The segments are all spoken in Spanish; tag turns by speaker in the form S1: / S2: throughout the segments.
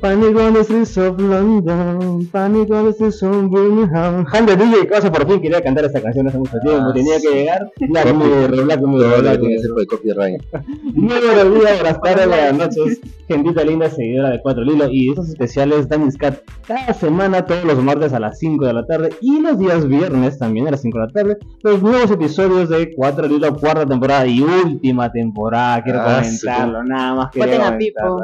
S1: Panic on the streets of London, Panic on the streets of Birmingham. Hunter DJ Cosa por fin quería cantar esta canción hace mucho tiempo,
S2: Ah,
S1: tenía que llegar. Black
S2: Copy.
S1: Mirror, Black Mirror,
S2: Ahora
S1: Black
S2: tiene ese
S1: Mirror.
S2: tipo de copyright.
S1: Muy buenos días, buenas tardes, buenas noches, gentita linda seguidora de Cuatro Lilo y estos especiales Danny's Cat cada semana, todos los martes a las 5 de la tarde y los días viernes también a las 5 de la tarde, los nuevos episodios de Cuatro Lilo, cuarta temporada y última temporada, quiero
S2: Ah, sí.
S1: comentarlo, nada más que
S3: Voten a Pipo.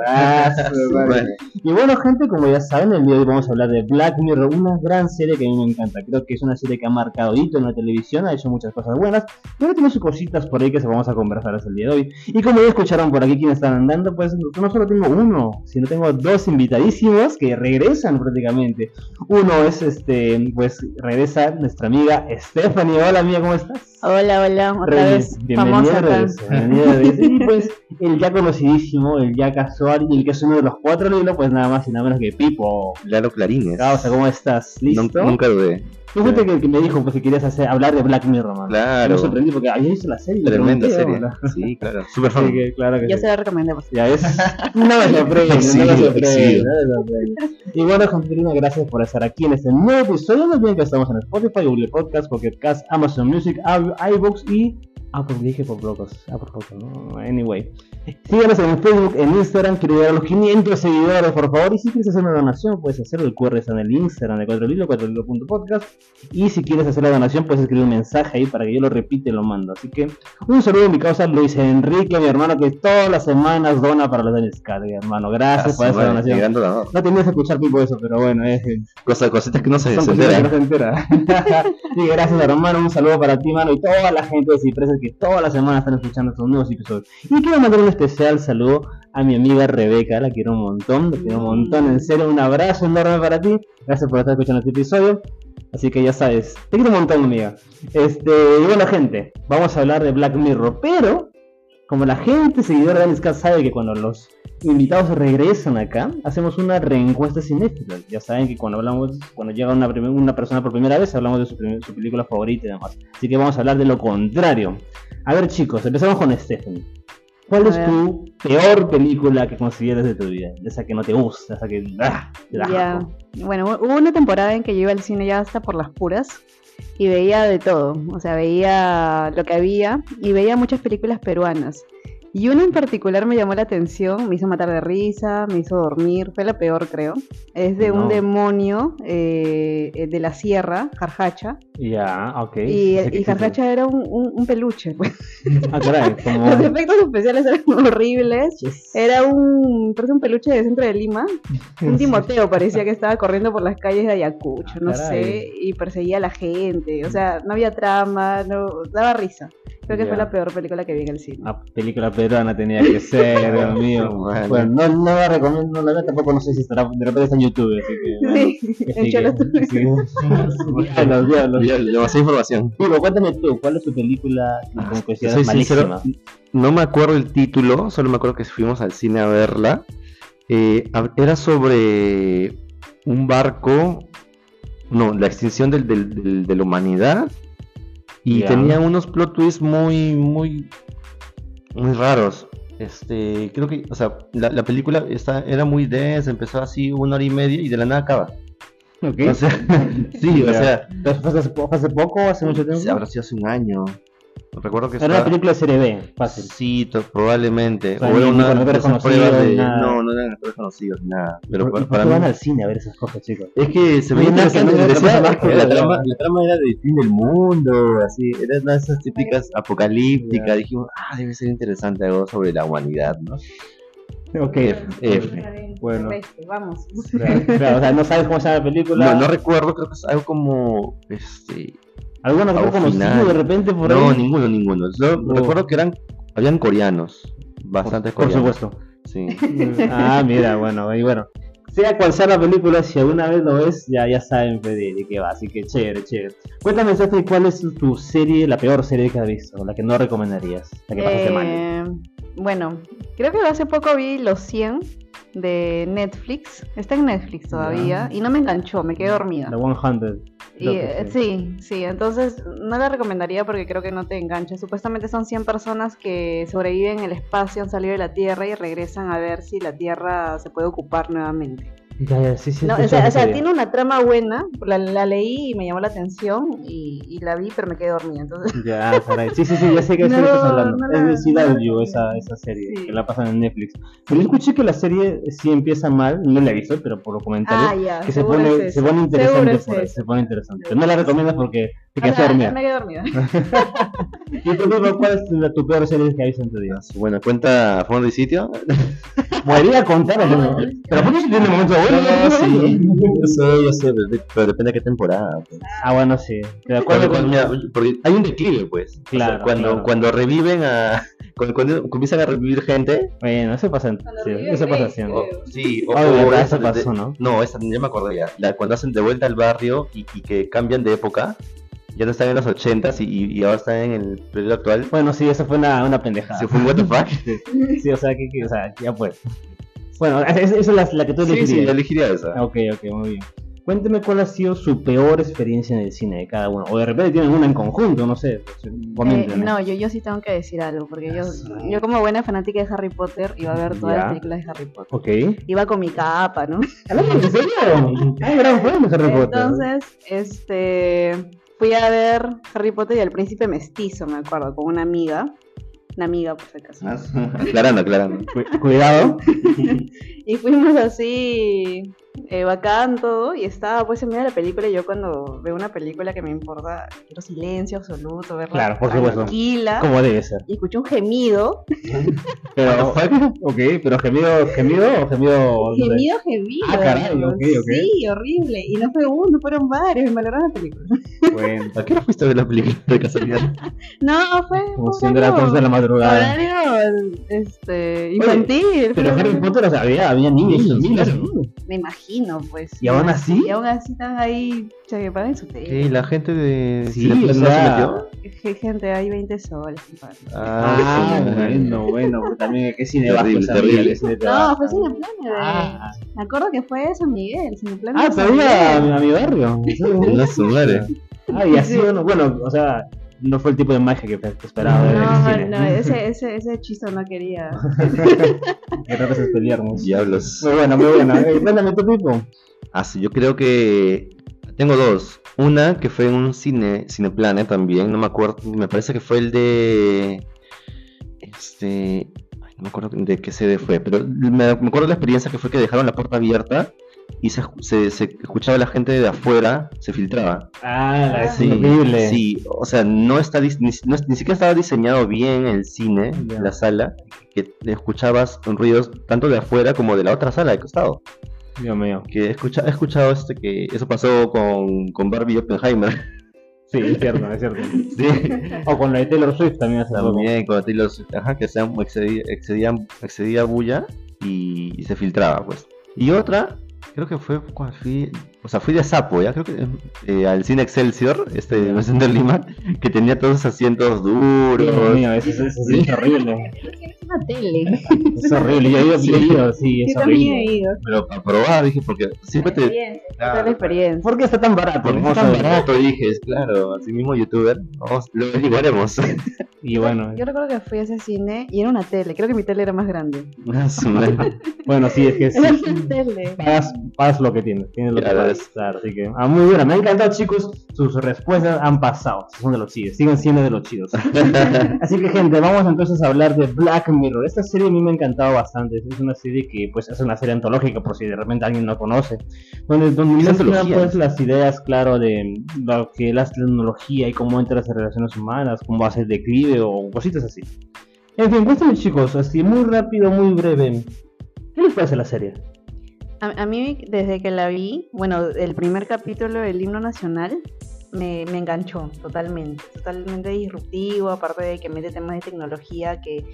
S1: y bueno, gente, como ya saben, el día de hoy vamos a hablar de Black Mirror, una gran serie que a mí me encanta. Creo que es una serie que ha marcado hito en la televisión, ha hecho muchas cosas buenas, pero tiene sus cositas por ahí que se vamos a conversar hasta el día de hoy. Y como ya escucharon por aquí quienes están andando, pues no solo tengo uno, sino tengo dos invitadísimos que regresan prácticamente. Uno es este, pues regresa nuestra amiga Stephanie. Hola, amiga, ¿cómo estás?
S3: Hola, hola, otra
S1: Re-
S3: vez
S1: bienvenida
S3: famosa
S1: a
S3: acá.
S1: regreso, bienvenida a regreso. Y pues el ya conocidísimo, el ya casual y el que es uno de los cuatro libros, pues nada más y nada menos que Pipo.
S2: Lalo Clarines.
S1: Causa, Ah, ¿cómo estás?
S2: Nun-
S1: ¿Listo?
S2: Nunca dudé.
S1: Tú fuiste que, que me dijo pues, que querías hacer, hablar de Black Mirror, man. Me
S2: Claro.
S1: sorprendí porque había visto la serie. y le
S2: Tremenda
S1: pregunté,
S2: serie.
S1: hola.
S2: Sí, claro. Super fan.
S1: Así que, claro que
S3: Yo
S1: sí.
S3: se la recomendé pues.
S1: Ya es. No me sorprende, no me
S2: Exhibido,
S1: sorprende.
S2: exhibido.
S1: no me sorprende. Y bueno, Josefina, gracias por estar aquí en este nuevo episodio. No olviden que estamos en Spotify, Google Podcast, Pocket Cast, Amazon Music, Ab- iVoox y Apple, dije por blocos. Apple Podcast, no, Anyway. Síganos en Facebook, en Instagram, quiero llegar a los 500 seguidores, por favor. Y si quieres hacer una donación, puedes hacerlo. El QR está en el Instagram de 4 Lilo, 4 Lilo.podcast. Y si quieres hacer la donación, puedes escribir un mensaje ahí para que yo lo repite y lo mando. Así que un saludo a mi causa Luis Enrique, mi hermano que todas las semanas dona para los Daniels mi hermano.
S2: Ah,
S1: Gracias por esa
S2: Madre, qué
S1: donación.
S2: gran donador.
S1: No tenías que escuchar tipo eso, pero bueno, es, eh,
S2: Cosas, cositas que no se
S1: son cosas que no
S2: desenteran.
S1: se entera. y gracias hermano, un saludo para ti, mano, y toda la gente de Cipresas que todas las semanas están escuchando estos nuevos episodios. Y quiero mandar un especial saludo a mi amiga Rebeca, la quiero un montón, la quiero un montón, en serio, un abrazo enorme para ti. Gracias por estar escuchando este episodio. Así que ya sabes, te quiero un montón, amiga. Este, y bueno, gente, vamos a hablar de Black Mirror, pero como la gente seguidora de Alice Cat sabe que cuando los invitados regresan acá, hacemos una reencuesta cinéfila. Ya saben que cuando hablamos, cuando llega una, primer- una persona por primera vez, hablamos de su, primer- su película favorita y demás. Así que vamos a hablar de lo contrario. A ver, chicos, empezamos con Stephanie. ¿Cuál
S3: A
S1: es
S3: ver.
S1: tu peor película que consideras de tu vida? Esa que no te gusta, esa que ah, te la
S3: Ya.
S1: jaco.
S3: Bueno, hu- hubo una temporada en que yo iba al cine ya hasta por las puras y veía de todo, o sea, veía lo que había y veía muchas películas peruanas. Y una en particular me llamó la atención, me hizo matar de risa, me hizo dormir, fue la peor creo. Es de
S1: No.
S3: un demonio eh, eh, de la sierra, Jarjacha,
S1: Ya, ok.
S3: y,
S1: Ese que
S3: y
S1: sí te-
S3: Jarjacha era un, un- un peluche. pues.
S1: Ah, caray, como.
S3: Los efectos especiales eran horribles, Era un, parece un peluche de centro de Lima. Un Timoteo parecía que estaba corriendo por las calles de Ayacucho, no
S1: caray.
S3: sé, y perseguía a la gente. O sea, no había trama, no daba risa. Creo que
S1: Ya. Ah,
S3: fue la peor película que vi en el cine.
S1: La película peruana tenía que ser, Dios mío.
S2: Bueno.
S1: Bueno, no, no la recomiendo, no la veo, tampoco no sé si estará, de repente está en YouTube, así que...
S3: Sí, en
S1: así que-
S3: Cholo Tour.
S1: sí. Diablos, diablos.
S2: Ah, Ya, Demasiada información.
S1: Pipo, cuéntame tú, ¿cuál es tu película que
S2: Ah,
S1: como
S2: te
S1: consideras
S2: soy sincero,
S1: malísima?
S2: No me acuerdo el título, solo me acuerdo que fuimos al cine a verla. Eh, hab- era sobre un barco, no, la extinción del- del- del- de la humanidad. Y
S1: Ya.
S2: tenía unos plot twists muy, muy, muy raros. Este, creo que, o sea, la, la película está, era muy densa, empezó así una hora y media y de la nada acaba.
S1: Ok.
S2: O sea, sí, o
S1: Ya.
S2: sea,
S1: Entonces, ¿fue hace, po- fue hace poco, hace mucho tiempo?
S2: habrá sido hace un año. Recuerdo que
S1: Era una
S2: estaba-
S1: película de serie B, fácil.
S2: Sí, to- probablemente.
S1: O sea,
S2: o era
S1: ni- ni
S2: una
S1: con actores
S2: de esas
S1: conocidos,
S2: pruebas de.
S1: nada.
S2: No, no eran actores conocidos, nada. Pero
S1: ¿Por-
S2: para,
S1: ¿Por qué van
S2: para mí.
S1: al cine a ver esas cosas, chicos?
S2: Es que se
S1: Ni
S2: veía
S1: nada
S2: interesante.
S1: que ver,
S2: decía
S1: nada
S2: que
S1: que
S2: la,
S1: ver.
S2: trama, la trama era de fin del mundo, así. Era una de esas típicas apocalípticas.
S1: Ya.
S2: Dijimos, ah, debe ser interesante algo sobre la humanidad, ¿no?
S1: Ok.
S2: F.
S1: Bueno.
S3: Vamos.
S1: Claro, claro, o sea, no sabes cómo se llama la película.
S2: No, no recuerdo, creo que es algo como. Este,
S1: ¿Alguna
S2: Al
S1: cosa conocida
S2: final.
S1: de repente por
S2: no,
S1: ahí?
S2: ninguno, ninguno. Solo
S1: Oh.
S2: Recuerdo que eran. Habían coreanos. Bastantes
S1: Por
S2: coreanos.
S1: supuesto.
S2: Sí.
S1: Ah, mira, bueno, y bueno. Sea cual sea la película, si alguna vez lo ves, ya, ya saben pues, de, de qué va, así que chévere, chévere. Cuéntame, Steffi, ¿cuál es tu serie, la peor serie que has visto? La que no recomendarías, la que pasaste mal.
S3: Eh, bueno, creo que hace poco vi Los 100 de Netflix. Está en Netflix todavía y no me enganchó, me quedé dormida.
S1: La 100.
S3: Y,
S1: Creo que
S3: eh, sí, sí, entonces no la recomendaría porque creo que no te engancha. Supuestamente son 100 personas que sobreviven en el espacio, han salido de la Tierra y regresan a ver si la Tierra se puede ocupar nuevamente.
S1: Ya, ya, sí, sí.
S3: No,
S1: escuché
S3: o sea,
S1: esa
S3: o sea,
S1: teoría.
S3: tiene una trama buena, la, la leí y me llamó la atención y, y la vi, pero me quedé dormida. Entonces,
S1: Ya, caray. Sí, sí, sí, ya sé que sé de lo que estás
S3: No,
S1: hablando.
S3: no la-
S1: es de
S3: no la
S1: CW
S3: recomiendo.
S1: esa, esa serie,
S3: Sí.
S1: que la pasan en Netflix. Pero yo escuché que la serie eh, sí empieza mal, no la he visto, pero por los comentarios.
S3: ah, ya,
S1: que se
S3: seguro
S1: pone,
S3: es
S1: se
S3: eso.
S1: pone interesante
S3: Seguro es
S1: por ahí,
S3: eso.
S1: se pone interesante.
S3: Seguro
S1: no la
S3: es eso.
S1: recomiendas porque te
S3: O
S1: quedas
S3: sea,
S1: dormida.
S3: me quedé dormida.
S1: Y por ejemplo, ¿cuál es la- tu peor serie que has visto en tu vida?
S2: Bueno, cuenta fondo y sitio.
S1: Podría contar, ¿no? Pero ¿por qué si tiene momentos buenos?
S2: Ah, sí. Yo sé, yo sé, pero, pero depende de qué temporada. pues.
S1: Ah, bueno, sí. De
S2: Cuando-
S1: acuerdo
S2: cuando-
S1: con...
S2: mira, porque hay un declive, pues. O sea,
S1: Claro,
S2: cuando,
S1: claro.
S2: cuando reviven a. Cuando, cuando comienzan a revivir gente.
S1: Bueno, eso pasa, en-
S3: Cuando
S1: sí,
S3: revive
S1: eso pasa
S3: Grace,
S1: siempre.
S2: o- Eh, sí, o,
S1: Ah,
S2: o
S1: verdad,
S2: esa
S1: eso pasó,
S2: de-
S1: ¿no?
S2: No, esa ya me acordé ya. La, cuando hacen de vuelta al barrio y, y que cambian de época. Ya no están en los 80s y, y- y ahora están en el periodo actual.
S1: Bueno, sí, eso fue una, una pendejada.
S2: Se fue un what the fuck.
S1: Ah. Sí, o sea, que, que- o sea, ya fue. Bueno, esa esa es la, la que tú
S2: Sí, sí, yo
S1: elegirías.
S2: elegiría esa.
S1: Ah, Ok, ok, muy bien. Cuénteme cuál ha sido su peor experiencia en el cine de cada uno. O de repente tienen una en conjunto, no sé. pues,
S3: Eh,
S1: coméntenme.
S3: no, yo, yo sí tengo que decir algo, porque yo,
S1: Eso.
S3: yo como buena fanática de Harry Potter iba a ver
S1: Ah, Ya.
S3: todas las películas de Harry Potter.
S1: Ok.
S3: Iba con mi capa, ¿no?
S1: ¿En serio? Ah, gran fan de Harry Potter.
S3: Entonces, este, fui a ver Harry Potter y el príncipe mestizo, me acuerdo, con una amiga. Una amiga, pues, por si acaso.
S1: Ah,
S2: Aclarando, aclarando.
S1: Cu- Cuidado.
S3: Y fuimos así, eh, bacán todo, y estaba pues en medio de la película, y yo cuando veo una película que me importa, quiero silencio absoluto, verla
S1: Claro, por supuesto.
S3: tranquila,
S1: Como debe ser.
S3: y escuché un gemido,
S1: Pero, ok, pero gemido, gemido o gemido. no sé?
S3: gemido, gemido.
S1: Ah, caray, ok, ok.
S3: Sí, horrible, y no fue uno, fueron varios, y malograron la película.
S1: Bueno,
S2: ¿A qué hora fuiste a ver la película de casualidad?
S3: No, fue
S1: como
S3: un
S1: siendo las
S3: horario-
S1: dos de la madrugada.
S3: horario este, infantil.
S1: Ah. Pero
S3: fue-
S1: Harry Potter, o sea, había, había niños,
S2: Niños,
S1: niños,
S2: claro.
S1: niños.
S3: Me imagino, pues.
S1: ¿Y aún así?
S3: Y aún así están ahí, se que paguen su tele.
S2: ¿Y la gente de
S1: Sí,
S2: Cineplaza
S1: o sea,
S3: Je- Gente, hay 20 soles. compadre.
S1: Ah,
S2: sí,
S1: bueno, bueno, pues también que cine bajo
S2: Terrible,
S1: esa
S2: terrible.
S1: amiga, que cine te
S3: No, pues
S1: bajo.
S3: fue Cineplanet. de
S1: Ah,
S3: Me acuerdo que fue San Miguel. Cineplanet
S1: ah
S3: de San
S1: pero iba
S3: Miguel.
S1: a, a mi barrio.
S2: No, su madre.
S1: Ah, y así, bueno, bueno, o sea, no fue el tipo de magia que que esperaba ver en el
S3: No,
S1: cine.
S3: no, ese, ese, ese hechizo no quería.
S1: Que ratas es pelearnos.
S2: Diablos.
S1: Muy bueno, muy bueno. Eh, Cuéntame tu tipo.
S2: Así, Ah, yo creo que tengo dos. Una que fue en un cine, Cineplanet también, no me acuerdo, me parece que fue el de... Este... ay, no me acuerdo de qué sede fue, pero me, me acuerdo de la experiencia que fue que dejaron la puerta abierta y se, se- se escuchaba la gente de afuera, se filtraba.
S1: Ah, la de
S3: la de
S2: Sí,
S1: horrible.
S2: sí, o sea, no está dis- ni, no es- ni siquiera estaba diseñado bien el cine,
S1: Ya.
S2: la sala, que te escuchabas ruidos tanto de afuera como de la otra sala de costado.
S1: Dios mío.
S2: Que he escuchado, he escuchado este que eso pasó con, con Barbie y Oppenheimer.
S1: Sí, es cierto, es cierto.
S2: Sí,
S1: O con la de Taylor Swift también hace poco.
S2: también con Taylor Swift, ajá, que sean, excedía, excedían- excedía bulla y, y se filtraba, pues. Y otra, creo que fue cuando fui, o sea, fui de sapo, ya creo que eh, al cine Excelsior, este de Vicente Lima, que tenía todos esos asientos
S1: Dios
S2: duros.
S1: mío, eso, eso- eso es horrible.
S3: Es una tele.
S1: Es horrible. Yo he ido, yo he ido, sí,
S3: Yo
S1: es
S3: también he
S1: horrible.
S3: ido.
S2: Pero para probar, dije, porque siempre te.
S3: Toda la experiencia.
S1: ¿Por qué está tan barato?
S2: Porque
S1: Vamos
S2: es
S1: a
S2: tan
S1: ver.
S2: barato, dije, claro, así mismo youtuber, vamos, lo averiguaremos.
S1: Y bueno,
S3: Yo recuerdo que fui a ese cine y era una tele. Creo que mi tele era más grande.
S2: Ah, su madre.
S1: bueno, sí, es que sí.
S3: Era una tele.
S1: pagas, pagas lo que tienes, tienes lo que
S2: Claro,
S1: pagas.
S2: es.
S1: Claro, así que, ah, muy buena, me ha encantado, chicos. Sus respuestas han pasado, son de los chidos, siguen siendo de los chidos. así que, gente, vamos entonces a hablar de Black Mirror. Esta serie a mí me ha encantado bastante. Es una serie que, pues, es una serie antológica, por si de repente alguien no conoce. Donde, donde
S2: Es
S1: mezclan,
S2: antología.
S1: pues, las ideas, claro, de lo que es la tecnología y cómo entran las relaciones humanas, cómo hace el declive o cositas así. En fin, cuéntame, chicos, así muy rápido, muy breve. ¿Qué les parece la serie?
S3: A, a mí, desde que la vi, bueno, el primer capítulo del himno nacional me, me enganchó totalmente, totalmente disruptivo, aparte de que mete temas de tecnología que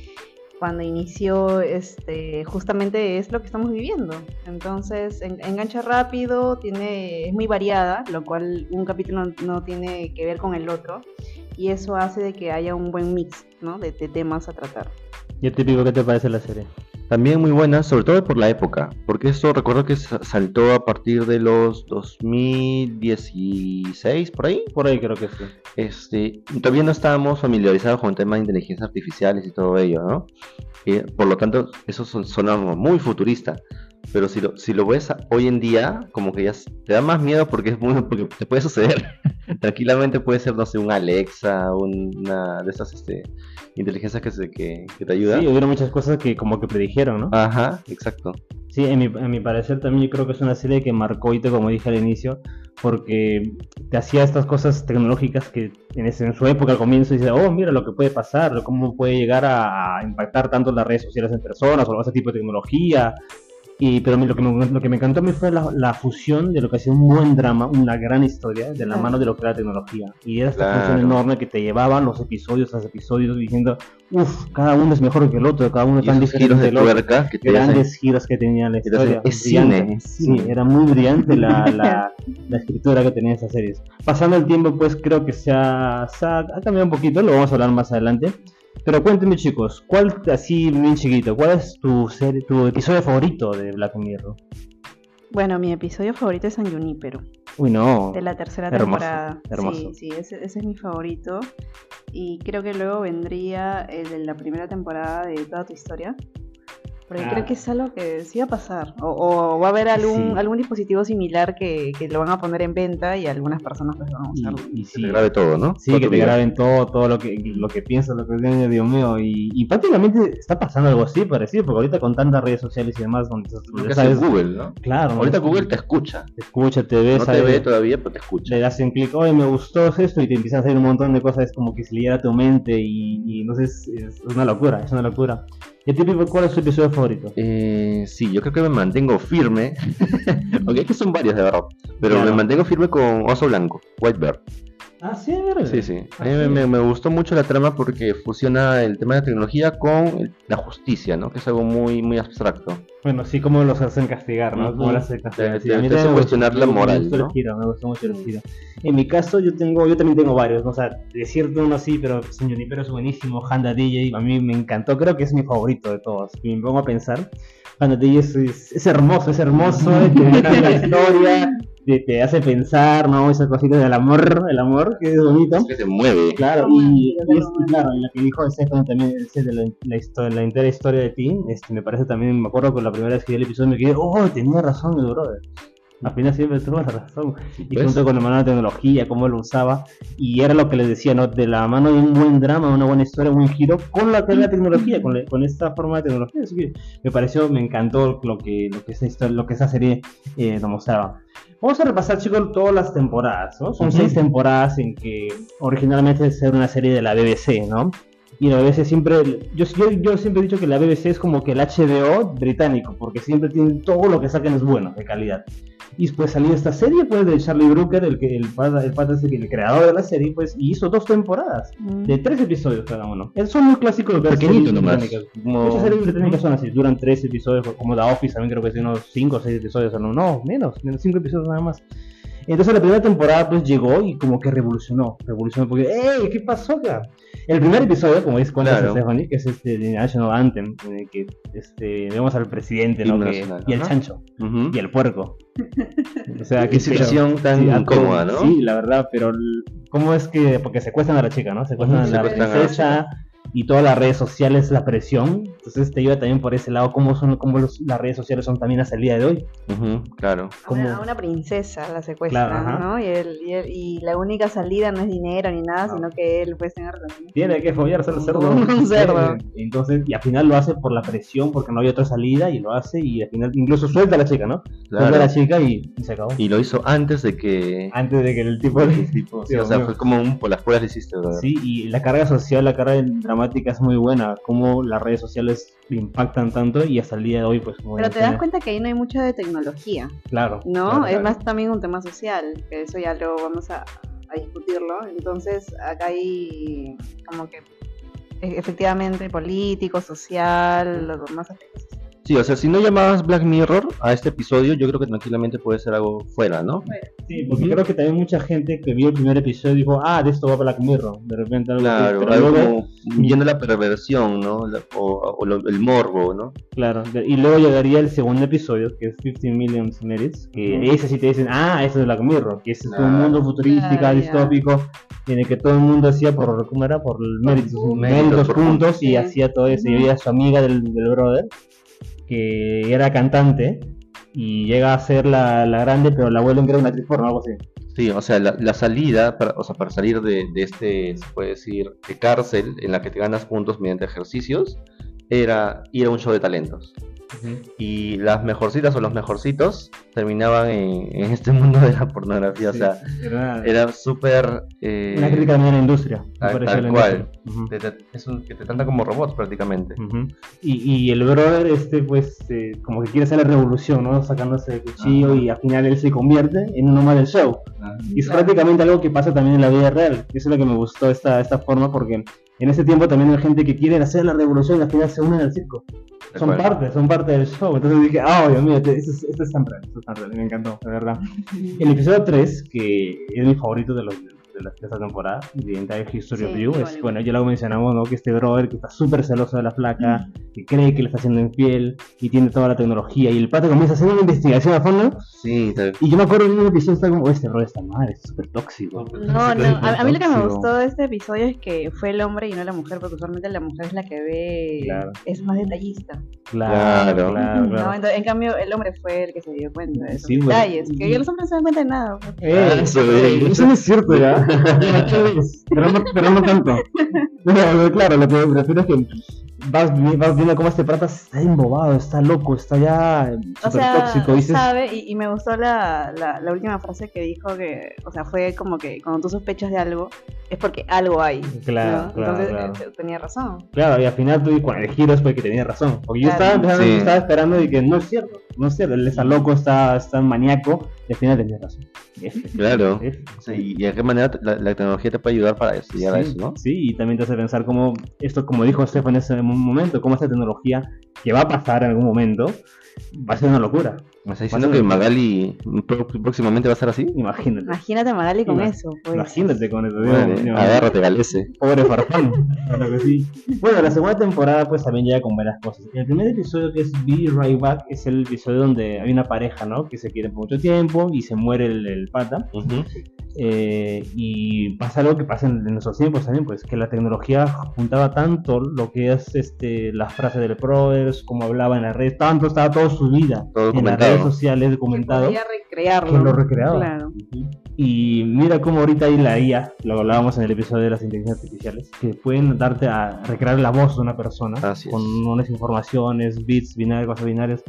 S3: cuando inició, este, justamente es lo que estamos viviendo. Entonces, en- engancha rápido, tiene, es muy variada, lo cual un capítulo no, no tiene que ver con el otro, y eso hace de que haya un buen mix, ¿no? De, de temas a tratar.
S1: Y el típico, ¿qué te parece la serie?
S2: También muy buena, sobre todo por la época, porque esto recuerdo que sa- saltó a partir de los 2016, por ahí.
S1: Por ahí creo que sí.
S2: Este, todavía no estábamos familiarizados con el tema de inteligencias artificiales y todo ello, ¿no? Eh, por lo tanto, eso son, sonaba muy futurista. Pero si lo, si lo ves a- hoy en día, como que ya s- te da más miedo porque es muy, porque te puede suceder. Tranquilamente puede ser, no sé, un Alexa, un- una de esas este, inteligencias que, se, que, que te ayudan.
S1: Sí, hubieron muchas cosas que como que predijeron, ¿no?
S2: Ajá, exacto.
S1: Sí, en mi, en mi parecer también yo creo que es una serie que marcó hito, como dije al inicio, porque te hacía estas cosas tecnológicas que en, ese- en su época al comienzo dices, oh, mira lo que puede pasar, cómo puede llegar a, a impactar tanto las redes sociales en personas o ese tipo de tecnología. Y, pero a mí lo, que me, lo que me encantó a mí fue la, la fusión de lo que hacía un buen drama, una gran historia, de la
S3: Claro.
S1: mano de lo que era la tecnología. Y era esta
S2: Claro.
S1: fusión enorme que te llevaban los episodios tras episodios diciendo, uff, cada uno es mejor que el otro, cada uno es
S2: Y
S1: tan
S2: esos
S1: diferente
S2: giros de
S1: del otro
S2: tuerca que te hacen-
S1: grandes giros que tenía la
S2: Entonces,
S1: historia.
S2: es
S1: brillante.
S2: cine, es
S1: Sí,
S2: cine.
S1: era muy brillante la, la, la escritura que tenía esas series. Pasando el tiempo, pues creo que se ha, se ha- ha cambiado un poquito, lo vamos a hablar más adelante. Pero cuéntenme chicos, ¿cuál, así bien chiquito, cuál es tu serie, tu episodio favorito de Black Mirror?
S3: Bueno, mi episodio favorito es San Junípero,
S1: Uy, no.
S3: de la tercera
S1: Hermoso,
S3: temporada.
S1: hermoso.
S3: Sí, sí, ese, ese es mi favorito. Y creo que luego vendría el de la primera temporada de toda tu historia. Porque
S1: Ah.
S3: creo que es algo que sí va a pasar. O, o va a haber algún,
S1: Sí.
S3: algún dispositivo similar que, que lo van a poner en venta y algunas personas pues van a usarlo.
S1: Y- y sí.
S2: Te grabe todo, ¿no?
S1: Sí,
S2: Toda
S1: que
S2: tu
S1: te
S2: vida.
S1: graben todo, todo lo que, lo que piensas, lo que piensas, Dios mío. Y, y prácticamente está pasando algo así parecido, porque ahorita con tantas redes sociales y demás, donde
S2: Lo
S1: ya
S2: que hace
S1: sabes,
S2: Google, ¿no?
S1: claro.
S2: Ahorita Google te escucha.
S1: te escucha, te ve,
S2: No te
S1: sabe-
S2: ve todavía, pero te escucha.
S1: le das un clic, oye, me gustó esto, y te empiezan a salir un montón de cosas, es como que se libera tu mente, y, y no sé, es, es una locura, es una locura. ¿Y a ti, Pipo, cuál es tu episodio favorito?
S2: Eh, sí, yo creo que me mantengo firme. Aunque es que son varios de verdad. Pero
S1: Claro.
S2: me mantengo firme con Oso Blanco, White Bear.
S1: Ah, sí, ¿verdad?
S2: Sí, sí. A
S1: Ah,
S2: mí me,
S1: sí.
S2: me- me gustó mucho la trama porque fusiona el tema de la tecnología con el- la justicia, ¿no? Que es algo muy, muy abstracto.
S1: Bueno, sí, como los hacen castigar, ¿no?
S2: Ujú.
S1: Cómo los hacen castigar.
S2: Te-
S1: Sí,
S2: te-
S1: a mí
S2: te
S1: también me
S2: hace
S1: gustó-
S2: cuestionar la
S1: me gustó
S2: moral,
S1: mucho el
S2: ¿no?
S1: giro, me gustó mucho el giro. En mi caso, yo tengo, yo también tengo varios, ¿no? o sea, decirte uno así, pero San Junipero es buenísimo, Handa DJ, a mí me encantó, creo que es mi favorito de todos. Y me pongo a pensar, Handa DJ es, es- es hermoso, es hermoso, te cuenta la historia, te, te hace pensar, ¿no? Esas cositas del amor, el amor, que es bonito.
S2: Es que se mueve.
S1: Claro, y, y es, y claro, la que dijo ese también, ese de la, la, histo- la entera historia de ti, este, me parece también, me acuerdo que la primera vez que vi el episodio me quedé, oh, tenía razón el brother. Al final siempre tuvo la razón. Y
S2: ¿Ves?
S1: junto con la mano de la tecnología, cómo lo usaba, y era lo que les decía, ¿no? De la mano de un buen drama, una buena historia, un buen giro, con la, con la tecnología, con, la- con esta forma de tecnología. Así que me pareció, me encantó lo que, lo que, esa, historia, lo que esa serie eh, nos mostraba. Vamos a repasar, chicos, todas las temporadas, ¿no? Son
S2: Ujú.
S1: seis temporadas en que originalmente era una serie de la BBC, ¿no? Y la BBC siempre, yo, yo, yo siempre he dicho que la BBC es como que el HBO británico, porque siempre tienen todo lo que sacan es bueno, de calidad. Y pues salió esta serie, pues, de Charlie Brooker, el, que, el, pata- el, pata ese que- el creador de la serie, pues, y hizo dos temporadas, de tres episodios cada uno. Es- Son muy clásicos de ver
S2: Pequeñito
S1: series
S2: nomás.
S1: británicas.
S2: Como-
S1: Muchas series británicas son así, duran tres episodios, como The Office también creo que tiene unos cinco o seis episodios, o no, no, menos, menos cinco episodios nada más. Entonces la primera temporada pues llegó y como que revolucionó, revolucionó porque, ¡Ey! ¿Qué pasó acá? El primer episodio, como dices, cuentas
S2: Claro.
S1: Stephanie, que es este The National Anthem, en el que este, vemos al presidente ¿no?
S2: Himno
S1: que-
S2: nacional,
S1: y el
S2: ajá.
S1: chancho
S2: Ujú.
S1: y el puerco. O sea,
S2: Qué
S1: que
S2: situación tan
S1: Sí, ah,
S2: incómoda,
S1: pero-
S2: ¿no?
S1: Sí, la verdad, pero l- ¿cómo es que.? Porque secuestran a la chica, ¿no? Secuestran a
S2: Ujú,
S1: la
S2: secuestran a la
S1: princesa y todas las redes sociales, la presión. Entonces te lleva también por ese lado, cómo, son, cómo los- las redes sociales son también hasta el día de hoy.
S2: Ujú, claro.
S3: A una-
S1: ¿Cómo?
S3: A una princesa la secuestran,
S1: Claro, ajá.
S3: ¿no? Y, él- y, él- y la única salida no es dinero ni nada,
S1: No.
S3: sino que él puede tener relaciones.
S1: Tiene que follarse al cerdo.
S3: Un cerdo.
S1: Entonces, y al final lo hace por la presión, porque no hay otra salida, y lo hace, y al final incluso suelta a la chica, ¿no? Suelta a la
S2: claro.
S1: chica y, y se acabó.
S2: Y lo hizo antes de que.
S1: Antes de que el tipo le.
S2: Ah, Sí, o sea, fue como un por las pruebas le hiciste, ¿verdad?
S1: Sí, y la carga social, la carga dramática es muy buena, cómo las redes sociales impactan tanto y hasta el día de hoy, pues como
S3: Pero
S1: ya
S3: te das
S1: tiene-
S3: cuenta que ahí no hay mucho de tecnología,
S1: Claro.
S3: ¿no?
S1: claro,
S3: es
S1: claro.
S3: más también un tema social, que eso ya lo vamos a, a discutirlo. Entonces, acá hay como que e- efectivamente político, social, los demás aspectos.
S2: Sí, o sea, si no llamabas Black Mirror a este episodio, yo creo que tranquilamente puede ser algo fuera, ¿no?
S1: Sí, porque creo que también mucha gente que vio el primer episodio dijo, ah, de esto va Black Mirror. De repente algo así,
S2: Claro,
S1: pero
S2: algo
S1: luego-
S2: como yendo a la perversión, ¿no? La- o o lo- el morbo, ¿no?
S1: Claro, de- y luego llegaría el segundo episodio, que es 15 Million Minutes, que
S2: Ujú.
S1: ese sí te dicen, ah, eso es Black Mirror, que ese es
S2: Ah.
S1: un mundo futurista,
S3: Ah, ya.
S1: distópico, en el que todo el mundo hacía por, ¿cómo era? Por méritos,
S3: puntos.
S1: méritos
S2: Méritos, por
S1: puntos y
S3: Sí.
S1: hacía todo eso. Y
S3: Ujú.
S1: había su amiga del, del brother, que era cantante, y llega a ser la, la grande, pero la vuelven creo una actriz porno, algo así.
S2: Sí, o sea, la, la salida, para, o sea, para salir de, de este, se puede decir, de cárcel en la que te ganas puntos mediante ejercicios, era ir a un show de talentos. Y las mejorcitas o los mejorcitos terminaban en, en este mundo de la pornografía, o sea,
S1: era,
S2: era súper... eh,
S1: una crítica también a la industria, me
S2: tal-
S1: pareció,
S2: Ah, tal
S1: la
S2: cual.
S1: industria. Ujú.
S2: te- te- es un- que te tratan como robots prácticamente.
S1: Ujú. y, y el brother, este, pues, eh, como que quiere hacer la revolución, ¿no? Sacándose el cuchillo
S2: Ajá.
S1: y al final él se convierte en uno más del show. Y es
S3: Claro.
S1: prácticamente algo que pasa también en la vida real. Eso es lo que me gustó esta, esta forma, porque en ese tiempo también hay gente que quiere hacer la revolución y al final se unen al circo.
S2: Tal
S1: Son
S2: cual.
S1: parte, son parte del show. Entonces dije, ah, Dios mío, te- esto es, esto es tan real, esto es tan real. Y Me encantó, de verdad. El episodio 3, que es mi favorito de, los, de, la- de esta temporada, de Entire History of
S3: Sí,
S1: You, es,
S3: igual.
S1: bueno, ya lo mencionamos, ¿no? Que este brother que está súper celoso de la flaca, que cree que le está haciendo infiel y tiene toda la tecnología. Y el pato comienza a hacer una investigación a fondo.
S2: Sí, tal-
S1: Y yo me acuerdo en un episodio está como, "Oh, este brother está mal, es súper tóxico.
S3: No, no, a, a mí lo que me
S1: Tóxico.
S3: gustó de este episodio es que fue el hombre y no la mujer, porque usualmente la mujer es la que ve,
S1: Claro.
S3: es más detallista.
S1: Claro,
S2: Claro.
S1: claro,
S3: ¿no?
S1: claro.
S3: Entonces, en cambio, el hombre fue el que se dio cuenta de esos
S1: Sí, bueno.
S3: detalles, que los hombres no se dan cuenta de nada. pues.
S1: Eh,
S2: Eso, eh.
S1: eso no es cierto, ¿verdad? pero, no, pero no tanto. Pero, claro, lo que me refiero es que vas, vi- vas viendo cómo este prata está embobado, está loco, está ya
S3: O
S1: súper
S3: sea,
S1: tóxico. Y dices,
S3: sabe, y, y me gustó la, la, la última frase que dijo que, o sea, fue como que cuando tú sospechas de algo, es porque algo hay. ¿no?
S1: Claro, claro,
S3: Entonces,
S1: claro.
S3: eh, tenía razón.
S1: claro, y al final tú con el giro es porque tenía razón. Porque yo
S3: Claro.
S1: estaba, empezando,
S2: Sí.
S1: estaba esperando y que no es cierto, no es cierto. Él está loco, está, está maníaco, y al final tenía razón. F,
S2: Claro.
S1: F.
S2: Sí, y de qué manera te- la, la tecnología te puede ayudar para
S1: Sí,
S2: estudiar eso, ¿no?
S1: sí, y también te hace pensar cómo esto, como dijo Stefan en ese mo- momento, cómo esta tecnología que va a pasar en algún momento va a ser una locura.
S2: Me está
S1: Más o
S2: diciendo que
S1: menos.
S2: Magali pro- próximamente va a ser así.
S1: Imagínate,
S3: Imagínate a Magali con
S1: Ima-
S3: eso. pues.
S1: imagínate con eso.
S2: Vale,
S1: Dios mío.
S2: agárrate, Galese.
S1: Pobre farfán. Claro que sí. Bueno, la segunda temporada pues también llega con varias cosas. El primer episodio que es Be Right Back es el episodio donde hay una pareja, ¿no? Que se quiere por mucho tiempo y se muere el, el pata. Eh, y pasa algo que pasa en, en nuestros tiempos también, pues que la tecnología juntaba tanto lo que es este las frases del Brothers, como hablaba en la red, tanto estaba toda su vida
S2: Todo
S1: en las
S2: documentado.
S1: redes sociales documentado
S3: Podía recrearlo.
S1: que lo recreaba.
S3: Claro.
S1: Y mira cómo ahorita hay la IA, lo hablábamos en el episodio de las inteligencias artificiales, que pueden darte a recrear la voz de una persona
S2: Así es.
S1: con unas informaciones, bits, binarios, cosas binarias.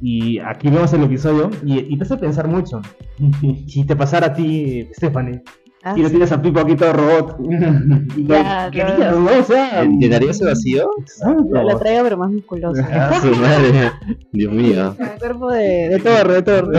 S1: Y aquí vemos el episodio y, y te hace pensar mucho. Si te pasara a ti, Stephanie,
S3: Ah,
S1: y le
S3: sí.
S1: tienes al tipo aquí todo robot,
S3: Ya,
S1: ¿qué
S3: claro.
S1: harías, no? O sea,
S2: ¿Llenaría ese vacío?
S1: exacto.
S3: Lo, lo traigo, pero más musculoso.
S2: Ah, su madre. Dios mío.
S3: Con el cuerpo de, de Thor, de Thor.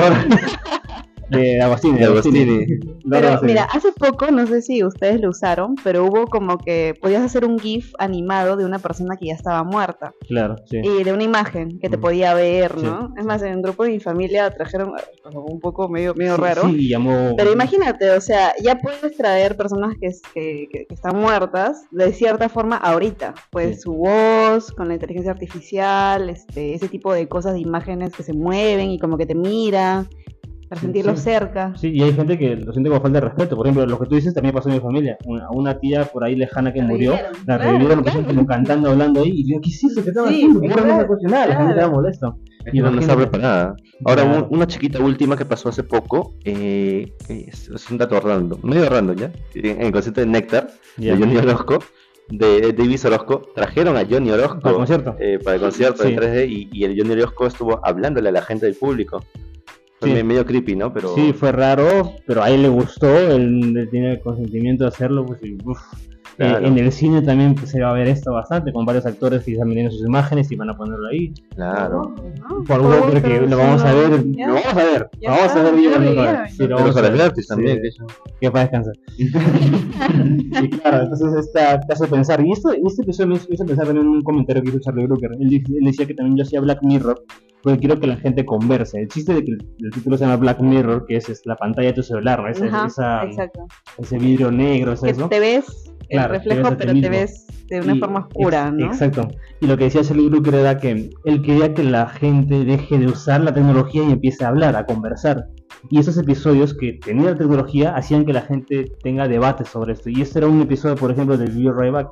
S1: De Agostini, de
S2: De Agostini.
S1: Agostini.
S3: Pero
S1: Agostini.
S3: mira, hace poco, no sé si ustedes lo usaron, pero hubo como que podías hacer un GIF animado de una persona que ya estaba muerta
S1: Claro, sí.
S3: y de una imagen que te
S1: Ujú.
S3: podía ver,
S1: Sí.
S3: ¿no? Es más, en un grupo de mi familia trajeron como un poco medio, medio
S1: Sí,
S3: raro.
S1: Sí, y llamó.
S3: Pero imagínate, o sea, ya puedes traer personas que, es- que, que- que están muertas de cierta forma ahorita. Pues
S1: Sí.
S3: su voz, con la inteligencia artificial, este, ese tipo de cosas, de imágenes que se mueven y como que te miran, para
S1: Sí,
S3: sentirlos
S1: sí.
S3: cerca.
S1: Sí, y hay gente que lo siente como falta de respeto. Por ejemplo, lo que tú dices también pasó en mi familia. Una, una tía por ahí lejana que
S3: La
S1: murió,
S3: revivieron,
S1: la
S3: claro,
S1: revivieron, lo
S3: claro.
S1: pusieron como cantando, hablando ahí. Y digo, ¿qué es eso? ¿Qué estaba
S3: Sí,
S1: haciendo? ¿Cómo
S3: claro,
S1: no se cuestionaba? La gente
S3: claro.
S1: estaba molesta.
S2: Y no está
S1: Imagínate.
S2: preparada. Ahora,
S1: Claro.
S2: un- una chiquita última que pasó hace poco. eh, es, es un dato random, medio random ya. eh, En el concierto de Néctar,
S1: Ya.
S2: de Johnny Orozco, de de Davis Orozco, trajeron a Johnny Orozco.
S1: Para el concierto.
S2: eh, para el concierto
S1: Sí.
S2: en 3D y, y el Johnny Orozco estuvo hablándole a la gente del público. Fue
S1: Sí.
S2: me- medio creepy, ¿no? Pero
S1: Sí, fue raro, pero a él le gustó. Él, él tiene el consentimiento de hacerlo. Pues, y, uf.
S2: Claro.
S1: en el cine también pues, se va a ver esto bastante, con varios actores que también tienen sus imágenes y van a ponerlo ahí.
S2: Claro.
S4: ¿no?
S1: Por algún otro que lo vamos a ver,
S4: Ya.
S1: lo vamos a ver, lo
S4: Ya
S1: vamos a
S4: está,
S1: ver bien.
S4: ya
S1: lo
S4: lo
S1: vamos a ver.
S4: vieron,
S1: Sí, lo
S2: Pero
S1: vamos a
S2: para
S1: ver.
S2: gratis también,
S1: Sí.
S2: que eso-
S1: Ya para descansar. y claro, entonces esta, te hace pensar. Y esto, en este episodio me hizo, me hizo pensar en un comentario que hizo Charlie Brooker. Él, di- él decía que también yo hacía Black Mirror, porque quiero que la gente converse. El chiste de que el, el título se llama Black Mirror, que es, es la pantalla de tu celular, ¿no? Esa-
S3: Ajá,
S1: esa-
S3: Exacto.
S1: ese vidrio negro, es
S3: Que
S1: eso?
S3: te ves el
S1: Claro, te
S3: reflejo,
S1: ves a ti
S3: pero
S1: mismo.
S3: te ves de una
S1: Y-
S3: forma oscura,
S1: ex-
S3: ¿no?
S1: Exacto. Y lo que decía Charlie Brooker era que él quería que la gente deje de usar la tecnología y empiece a hablar, a conversar. Y esos episodios que tenía la tecnología hacían que la gente tenga debates sobre esto. Y este era un episodio, por ejemplo, del video Rayback.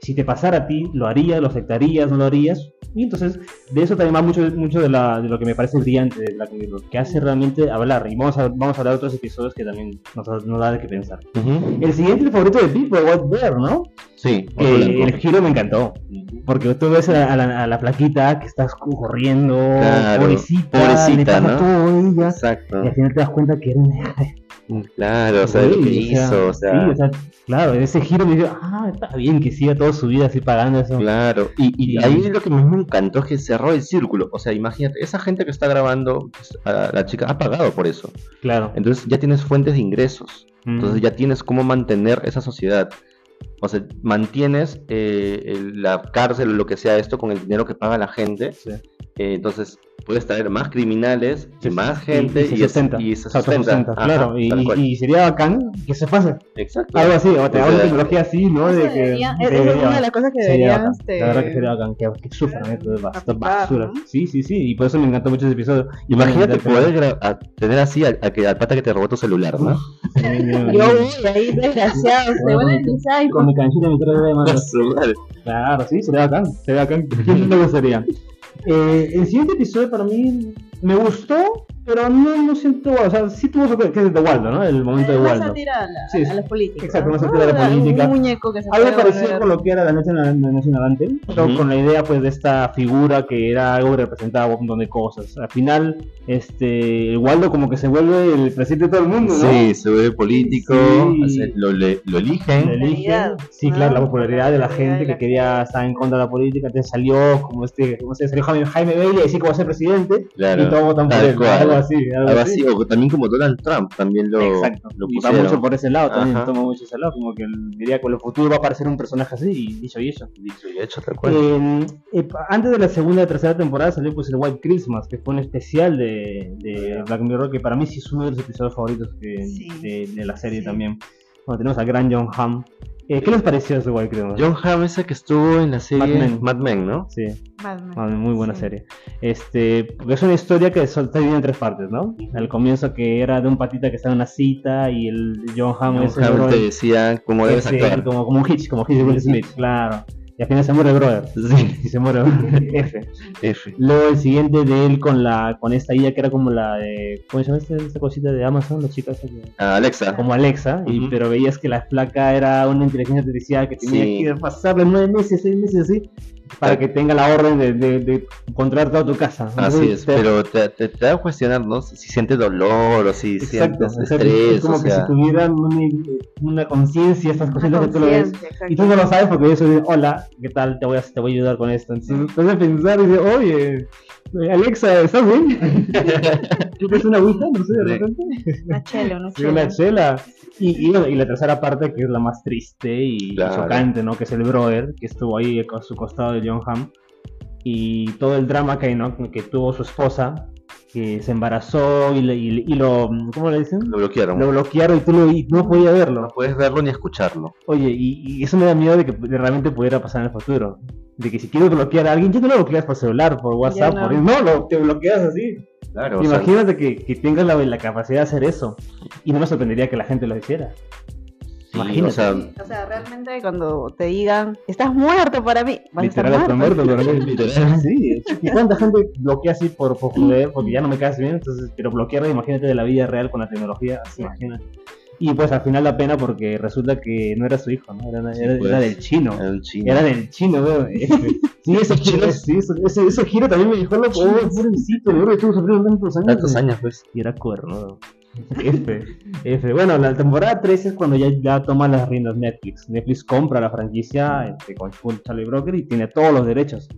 S1: Si te pasara a ti, ¿lo harías? ¿Lo aceptarías? ¿No lo harías? Y entonces, de eso también va mucho, mucho de, la- de lo que me parece brillante de Black Mirror, que hace realmente hablar. Y vamos a, vamos a hablar de otros episodios que también nos, nos da de qué pensar.
S2: Ujú.
S1: El siguiente, el favorito de Pipo, What Bear, ¿no?
S2: Sí,
S1: que
S2: ojo blanco.
S1: Eh, el giro me encantó. Porque tú ves a, a la, a la plaquita que estás corriendo,
S2: Claro,
S1: pobrecita,
S2: pobrecita,
S1: le pasa
S2: ¿no?
S1: todo a ella,
S2: Exacto.
S1: Y al final te das cuenta que era un
S2: Claro, o sea, lo que hizo, o sea.
S1: Sí, o sea, claro, ese giro me dijo, ah, está bien que siga toda su vida así pagando eso.
S2: Claro, y, y
S1: Y-
S2: ahí lo que más me encantó es que cerró el círculo. O sea, imagínate, esa gente que está grabando, pues, a la chica ha pagado por eso.
S1: Claro. Mm.
S2: Entonces ya tienes fuentes de ingresos. Entonces ya tienes cómo mantener esa sociedad. O sea, mantienes eh, el- la cárcel o lo que sea esto con el dinero que paga la gente.
S1: Sí.
S2: Eh, entonces puedes traer más criminales y
S1: Sí, sí.
S2: más gente
S1: se
S2: y, es-
S1: sustenta,
S2: y se
S1: se
S2: sustenta.
S1: autosustenta,
S2: Ajá,
S1: claro, y,
S2: tal cual.
S1: y sería bacán que se pase
S2: Exacto.
S1: algo así, o te
S2: O
S1: hago una
S2: sea,
S1: tecnología así, ¿no?
S4: Eso
S1: De que
S4: debería-
S3: Esa e, es
S1: debería-
S3: una de las cosas que
S1: Sería
S3: deberían.
S1: bacán.
S3: este,
S1: La verdad que sería bacán, que, que sufran esto de bast-
S3: aplicar,
S1: basura.
S3: ¿no?
S1: Sí, sí, sí, y por eso me encantó mucho ese episodio.
S2: Imagínate
S1: Me encantó.
S2: poder gra- a- tener así al, al que- al pata que te robó tu celular, ¿no?
S1: Sí, mira,
S3: Yo
S1: mira.
S3: voy ahí, desgraciado, se van a empezar y
S1: Con mi canchita mi tres de mano.
S2: Madre.
S1: Claro, sí, sería bacán, sería bacán. ¿Quién no lo gustaría? Eh, el siguiente episodio para mí me gustó, pero no, no siento, o sea, sí tuvo su que es de Waldo, ¿no? El momento de
S4: Una
S1: Waldo.
S4: sátira a, la-
S1: Sí, sí.
S4: a los políticos.
S1: Exacto, una
S4: ¿no?
S1: sátira a la
S4: Ah,
S1: política.
S4: Un muñeco que se
S1: Algo
S4: puede
S1: parecido
S4: volver-
S1: con lo que era la noche en la la noche en Adelante, pero
S2: Ujú.
S1: con la idea pues de esta figura que era algo que representaba un montón de cosas. Al final, este, el Waldo como que se vuelve el presidente de todo el mundo, ¿no?
S2: Sí, se vuelve político,
S1: Sí.
S2: hace- lo, le- lo eligen.
S1: la eligen.
S4: Popularidad,
S1: Sí,
S4: ¿no?
S1: claro, la popularidad de la gente
S4: Popularidad de
S1: que
S4: la
S1: quería estar en contra de la política, entonces salió como este, como se salió Jaime, Jaime Bailey a decir que va a ser presidente y todos
S2: Claro.
S1: votan por
S2: Tal
S1: él, ¿no?
S2: cual.
S1: algo así, algo
S2: Algo
S1: así.
S2: así, o también como Donald Trump también lo,
S1: Exacto.
S2: lo
S1: y va
S2: pusieron.
S1: mucho por ese lado también,
S2: Ajá.
S1: toma mucho ese lado, como que el- diría que en el futuro va a aparecer un personaje así y dicho y hecho.
S2: Dicho y hecho, tal cual.
S1: Eh, eh, antes de la segunda y tercera temporada salió pues el White Christmas, que fue un especial de, de Black Mirror, que para mí sí es uno de los episodios favoritos que-
S4: Sí.
S1: de, de la serie
S4: Sí.
S1: también. Bueno, tenemos a Gran John Hamm. Eh, ¿Qué les pareció ese White Christmas?
S2: John Hamm ese que estuvo en la serie
S1: Mad Men.
S2: ¿no?
S1: Sí,
S4: Mad Men.
S1: ah, muy buena
S4: Sí.
S1: serie. Este, porque es una historia que sol- está dividida en tres partes, ¿no? Al comienzo que era de un patita que estaba en una cita y el John Hamm
S2: John
S1: es el
S2: Hamm te
S1: brother,
S2: decía cómo debes
S1: ese,
S2: actuar.
S1: como, como un Hitch, como Hitch de Will Smith, claro. Y al final se muere el brother.
S2: Sí,
S1: Y se muere el brother. F.
S2: F.
S1: Luego el siguiente de él con la con esta IA que era como la de. ¿Cómo se llama esta, esta cosita de Amazon? Los chicas que-
S2: Ah, Alexa.
S1: como Alexa, y-
S2: Ujú.
S1: pero veías que la placa era una inteligencia artificial que tenía
S2: Sí.
S1: que pasarle nueve meses, seis meses así, para que tenga la orden de, de, de controlar toda tu casa.
S2: Así
S1: Entonces,
S2: es,
S1: te-
S2: pero te, te, te da a cuestionar, ¿no? Si, si sientes dolor o si
S1: Exacto,
S2: sientes
S1: o sea,
S2: estrés,
S1: es como
S2: o
S1: que
S2: sea,
S1: si tuvieran una, una conciencia, estas
S3: Una
S1: cositas que tú lo ves.
S3: conciencia, exacto.
S1: Y tú no lo sabes porque yo soy, hola, ¿qué tal? Te voy a, te voy a ayudar con esto. Entonces te a pensar y dices, oye, Alexa, ¿estás bien? ¿Tú quieres una agüita? No sé, de
S2: Sí.
S1: repente.
S4: Una chela, una
S1: Y
S4: chela.
S1: una chela. Y, y, bueno, y la tercera parte, que es la más triste y
S2: Claro.
S1: chocante, ¿no? Que es el brother, que estuvo ahí a su costado de John Hamm. Y todo el drama que hay, ¿no? Que tuvo su esposa, que se embarazó y, le- y, le- y lo. ¿Cómo le dicen?
S2: lo bloquearon.
S1: Lo bloquearon y tú lo, y no podía verlo.
S2: No puedes verlo ni escucharlo.
S1: Oye, y, y eso me da miedo de que de realmente pudiera pasar en el futuro. De que si quiero bloquear a alguien, ya no lo bloqueas por celular, por WhatsApp,
S4: no.
S1: por... No, lo, te bloqueas así.
S2: Claro, o sea,
S1: Imagínate que, que tengas la, la capacidad de hacer eso. Y no me sorprendería que la gente lo hiciera.
S2: sí,
S1: imagínate.
S2: o sea,
S3: O sea, realmente cuando te digan, estás muerto para mí, vas a estar
S1: Literal, hasta
S3: muerto.
S1: muerto, pero no-
S2: Literal.
S1: Sí. ¿Y cuánta gente bloquea así por, por joder? Porque ya no me caes bien, entonces, pero bloquearlo, imagínate de la vida real con la tecnología, así, imagínate. Y pues al final la pena porque resulta que no era su hijo, ¿no? Era,
S2: Sí,
S1: era-
S2: pues.
S1: era del chino.
S2: era un chino.
S1: Era del chino, weón. Sí, esos chinos, sí, eso, ese, ese giro también me dejó loco. Oh, pobrecito, bro, estuvo sufriendo tantos años.
S2: Tantos años, pues.
S1: Y era cuerno.
S4: F, F. Bueno, la temporada 3 es cuando ya, ya toma las riendas Netflix. Netflix compra la franquicia este, con full Charlie Broker y tiene todos los derechos.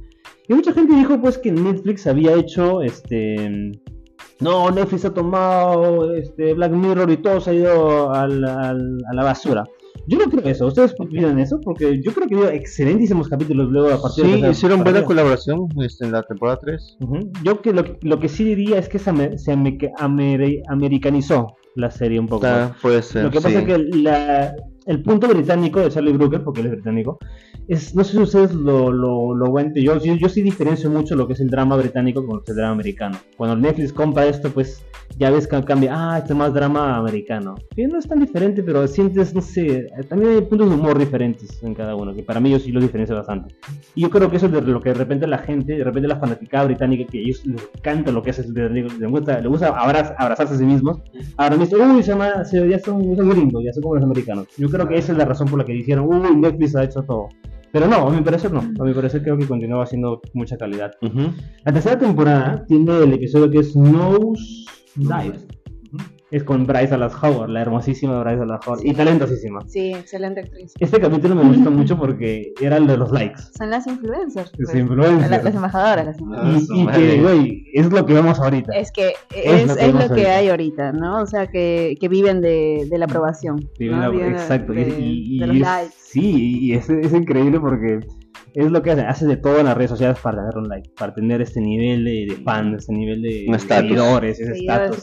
S4: Y mucha gente dijo pues que Netflix había hecho este. No, Netflix ha tomado este, Black Mirror y todo se ha ido al- al- a la basura. Yo no creo eso. ¿Ustedes opinan eso? Porque yo creo que dio excelentísimos capítulos luego a partir de la
S2: Sí,
S4: tercera
S2: hicieron buena
S4: temporada.
S2: colaboración este, en la temporada 3.
S4: Ujú. Yo que lo, lo que sí diría es que se, ame- se ame- que amere- americanizó la serie un poco. más.
S2: Ah, puede ser.
S4: lo que pasa
S2: sí.
S4: es que la- el punto británico de Charlie Brooker, porque él es británico, es, no sé si ustedes lo, lo, lo aguante, yo, yo, yo sí diferencio mucho lo que es el drama británico con el drama americano. Cuando Netflix compra esto, pues ya ves que cambia, ah, este es más drama americano. Que no es tan diferente, pero sientes, no sé, también hay puntos de humor diferentes en cada uno, que para mí yo sí los diferencio bastante. Y yo creo que eso es de lo que de repente la gente, de repente la fanaticada británica, que ellos les encanta lo que hace, les gusta, les gusta abraz- abrazarse a sí mismos, ahora me dicen, uy, se llama, se- ya son, ya son gringos, ya son como los americanos. Yo creo que esa es la razón por la que dijeron, uy, Netflix ha hecho todo. Pero no, a mi parecer no, a mi parecer creo que continuaba siendo mucha calidad.
S2: Ujú.
S4: La tercera temporada tiene el episodio que es Nose Dive. Es con Bryce Dallas Howard, la hermosísima Bryce Dallas Howard, y talentosísima.
S3: Sí, excelente actriz.
S4: Este capítulo me gustó mucho porque era el de los likes.
S3: Son las influencers.
S4: Es
S3: pues.
S4: influencer.
S3: La- las embajadoras. las embajadoras.
S2: Ah, su
S4: Y, y
S2: madre.
S4: que, güey, es lo que vemos ahorita.
S3: Es que
S4: Es
S3: es,
S4: lo que
S3: es
S4: vemos
S3: lo que
S4: ahorita.
S3: hay ahorita, ¿no? O sea, que, que viven de, de la aprobación.
S4: Sí,
S3: ¿no?
S4: una-
S3: Viven de-
S4: exacto. y-
S3: De,
S4: y, y
S3: Ah, de los
S4: es-
S3: likes.
S4: Sí, y es, es increíble porque es lo que hace. Hace de todo en las redes sociales para dar un like, para tener este nivel de, de fans, este nivel de
S2: Un
S4: de
S2: estatus.
S4: seguidores, ese
S3: Seguidores,
S4: estatus,